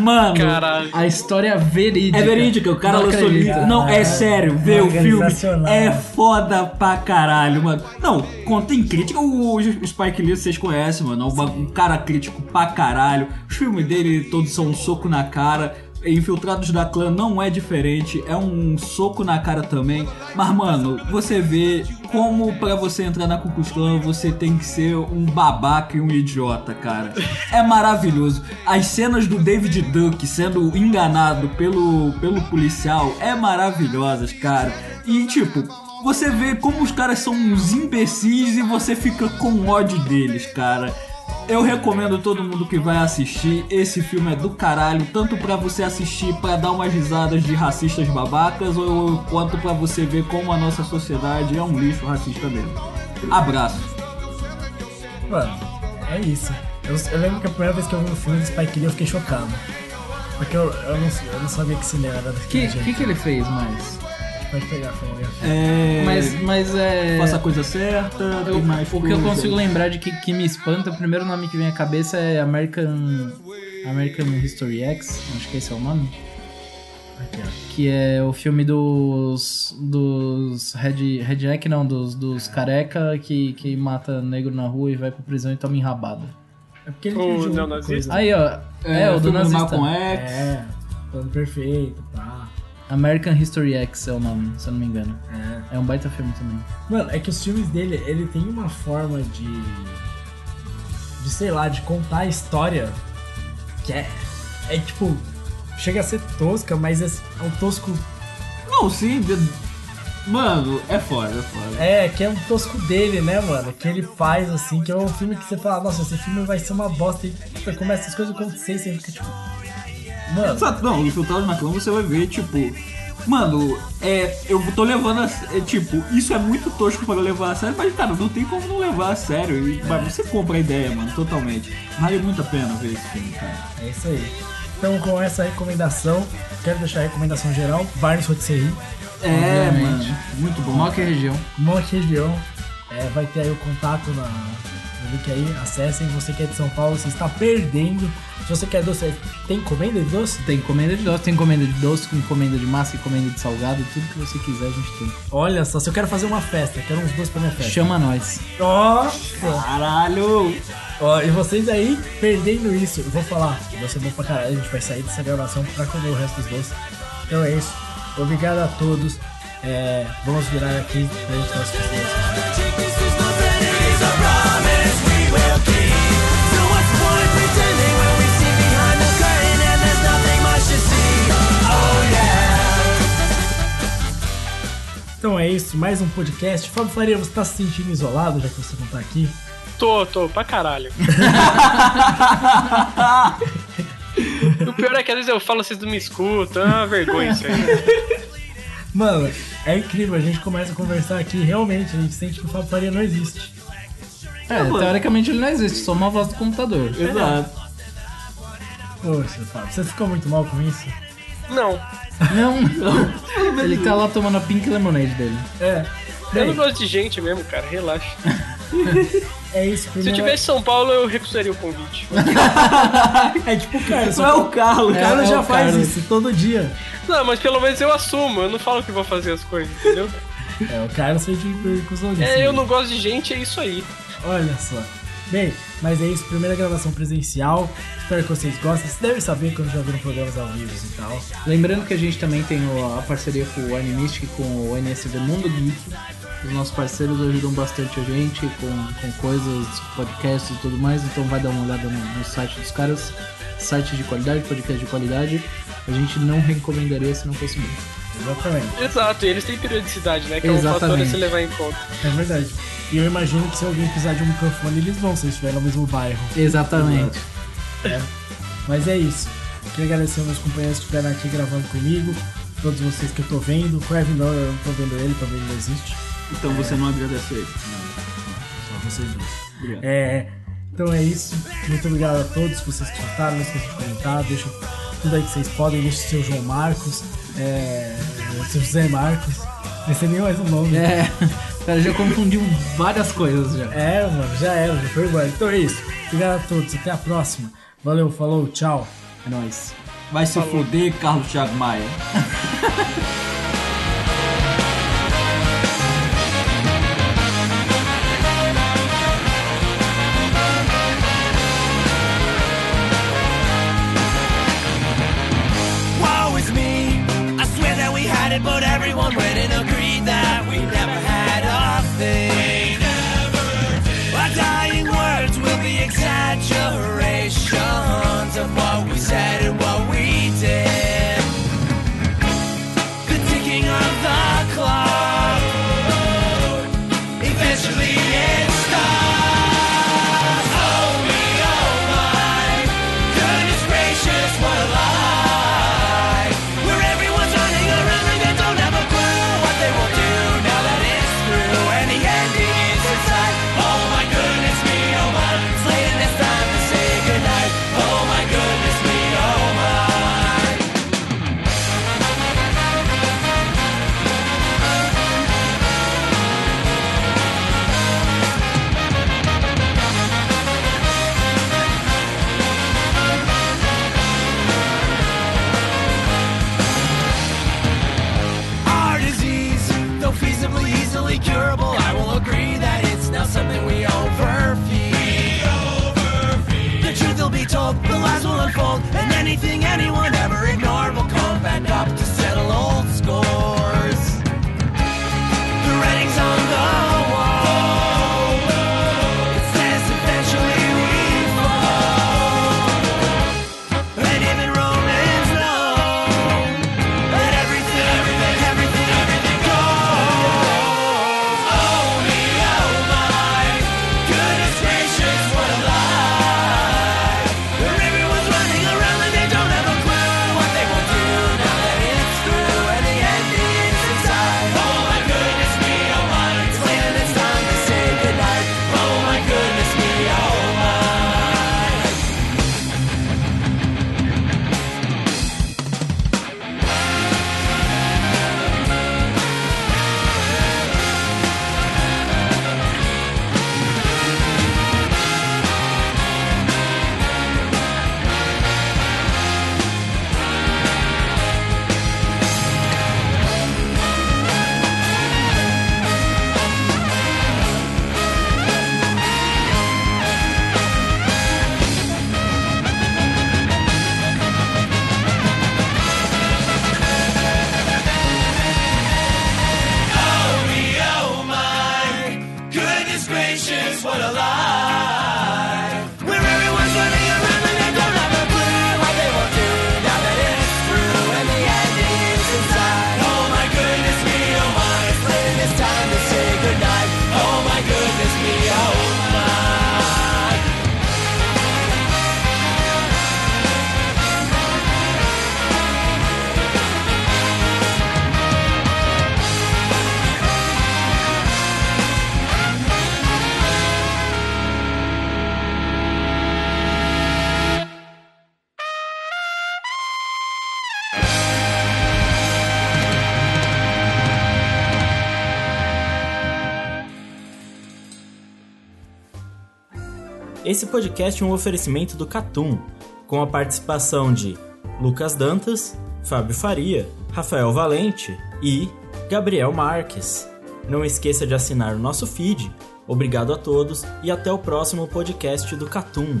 S2: Mano,
S5: Caralho.
S4: A história verídica.
S2: É verídica, o cara
S4: Não
S2: lançou
S4: acredito.
S2: livro. Não, é sério, vê o filme.
S3: Organizacional.
S2: É foda pra caralho, mano. Não, conta em crítica. O, o Spike Lee vocês conhecem, mano. É um ba- Um cara crítico pra caralho. Os filmes dele todos são um soco na cara. Infiltrados da Clã não é diferente, é um soco na cara também. Mas, mano, você vê como pra você entrar na Ku Klux Klan você tem que ser um babaca e um idiota, cara. É maravilhoso. As cenas do David Duck sendo enganado pelo, pelo policial é maravilhosas, cara. E, tipo, Você vê como os caras são uns imbecis e você fica com ódio deles, cara. Eu recomendo todo mundo que vai assistir. Esse filme é do caralho, tanto pra você assistir pra dar umas risadas de racistas babacas, ou quanto pra você ver como a nossa sociedade é um lixo racista mesmo. Abraço.
S3: Mano, é isso. Eu, eu lembro que a primeira vez que eu vi um filme do Spike Lee eu fiquei chocado. Porque eu, eu, não, eu não sabia que cinema era daquele
S4: Que,
S3: jeito.
S4: que que ele fez mais?
S3: Pode pegar a filmografia.
S2: É...
S4: Mas, mas é...
S2: Faça a coisa certa,
S4: Eu-
S2: tem mais
S4: o que eu
S2: coisa.
S4: consigo lembrar de que, que me espanta, o primeiro nome que vem à cabeça é American, American History X, acho que esse é o nome,
S3: Aqui, ó.
S4: que é o filme dos. dos. Red, Redneck, não, dos, dos careca que, que mata negro na rua e vai pra prisão e toma enrabada.
S3: É porque ele
S5: O
S3: dirigiu uma
S5: neonazista?
S3: coisa.
S4: Aí, ó, é, o do
S2: filme
S4: nazista.
S2: Malcolm X.
S3: É, tá, plano perfeito, pá.
S4: American History X é o nome, se eu não me engano.
S3: É.
S4: É um baita filme também.
S3: Mano, é que os filmes dele, ele tem uma forma de. de sei lá, de contar a história que é. é tipo. chega a ser tosca, mas é, é um tosco.
S2: Não, sim. de- Mano, é foda, é foda.
S3: É, que é um tosco dele, né, mano? Que ele faz assim, que é um filme que você fala, nossa, esse filme vai ser uma bosta. E puta, começa as coisas a acontecer e você fica tipo. Mano,
S2: Só- Não, o Infiltrado na Clã você vai ver, tipo. Mano, é, eu tô levando a, é, tipo, isso é muito tosco pra levar a sério, mas cara, não tem como não levar a sério. E, mas você compra a ideia, mano, totalmente. Vale muito a pena ver esse filme, cara.
S3: É isso aí. Então, com essa recomendação, quero deixar a recomendação geral: Barnes Rotisserie,
S2: É,
S4: Obviamente.
S2: mano, muito bom.
S4: Mock Região.
S3: Monte Região. É, vai ter aí o contato na, no link aí. Acessem. Você que é de São Paulo, você está perdendo. Se você quer doce, tem comenda de doce?
S4: Tem encomenda de doce, tem encomenda de doce, com encomenda de massa, encomenda de salgado, tudo que você quiser a gente tem.
S3: Olha só, se eu quero fazer uma festa, quero uns doces pra minha festa.
S4: Chama nós.
S3: Nossa!
S2: Caralho!
S3: Ó, e vocês aí perdendo isso, eu vou falar, vai ser bom pra caralho, a gente vai sair dessa gravação pra comer o resto dos doces. Então é isso. Obrigado a todos. É, vamos virar aqui pra gente fazer as coisas. Então é isso, mais um podcast. Fábio Faria, você tá se sentindo isolado já que você não tá aqui?
S5: Tô, tô, pra caralho. o pior é que às vezes eu falo, vocês não me escutam, é uma vergonha isso aí.
S3: Mano, é incrível, a gente começa a conversar aqui, realmente, a gente sente que o Fábio Faria não existe.
S4: É, teoricamente ele não existe, só uma voz do computador.
S2: Exato.
S3: Poxa, Fábio, você ficou muito mal com isso?
S5: Não,
S4: Não, ele tá lá tomando a pink lemonade dele.
S3: É.
S5: eu
S3: Bem,
S5: não gosto de gente mesmo, cara, relaxa.
S3: é isso,
S5: Se eu
S3: primeiro.
S5: tivesse em São Paulo, eu recusaria o convite.
S3: É tipo o Carlos,
S2: Não é o Carlos,
S3: o
S2: cara.
S3: Carlos
S4: é
S3: já
S4: o
S3: faz
S4: Carlos.
S3: isso todo dia.
S5: Não, mas pelo menos eu assumo, eu não falo que vou fazer as coisas, entendeu?
S3: É, o Carlos fez de- com os olhos.
S5: É, eu não gosto de gente, é isso aí.
S3: Olha só. Bem, mas é isso, primeira gravação presencial. Espero que vocês gostem. Vocês devem saber quando já viram programas ao vivo e tal.
S4: Lembrando que a gente também tem o- a parceria com o Animistic, com o NSV Mundo Geek. Os nossos parceiros ajudam bastante a gente com, com coisas, podcasts e tudo mais, então vai dar uma olhada no, no site dos caras. Site de qualidade, podcast de qualidade. A gente não recomendaria se não fosse bom.
S3: Exatamente,
S5: Exato, e eles têm periodicidade, né? Que é um fator a
S4: Exatamente.
S5: se levar em conta.
S3: é verdade. E eu imagino que se alguém precisar de um microfone, eles vão, se eles estiverem no mesmo bairro.
S4: Exatamente.
S3: Mas é isso. Queria agradecer aos meus companheiros que estiveram aqui gravando comigo. Todos vocês que eu tô vendo. O Kevin não, eu não tô vendo ele, também não existe.
S2: Então você não agradece ele.
S3: Só vocês dois.
S2: Obrigado.
S3: É, então é isso. Muito obrigado a todos vocês que escutaram. Não esqueçam de comentar. Deixa tudo aí que vocês podem. Deixa o seu João Marcos. É, o seu José Marcos. Não sei nem mais o nome.
S4: É, o cara já confundiu várias coisas já.
S3: É, mano, já era, já foi embora. Então é isso. Obrigado a todos. Até a próxima. Valeu, falou, tchau.
S4: É nóis.
S2: Vai se fuder, Carlos Thiago Maia.
S7: Woe is me. I swear that we had it, but everyone went and agreed that we never had a thing. Our dying words will be exaggerations of what we said and what we did. The ticking of the clock. Oh, Oh Oh be told, the lies will unfold, and anything anyone ever ignored will come back up to settle old scores. The writing's on the wall. It says eventually we fall, and even Romans know that everything, everything, everything, everything goes. Oh me, oh my, goodness gracious, what a lie! Where everyone's running around and they don't have a clue what they will do now that it's through and the end is inside. Oh my goodness me, oh my, it's late and it's time to say goodnight. Oh my goodness me, oh my. me, oh my. Goodness gracious, what a lie. Where everyone's running around and they don't have a clue what they will do now that it's through and the end is inside. Oh my goodness me, oh my. It's late and it's time to say goodnight. Oh my goodness me, oh my.
S3: Esse podcast é um oferecimento do Catum, com a participação de Lucas Dantas, Fábio Faria, Rafael Valente e Gabriel Marques. Não esqueça de assinar o nosso feed. Obrigado a todos e até o próximo podcast do Catum.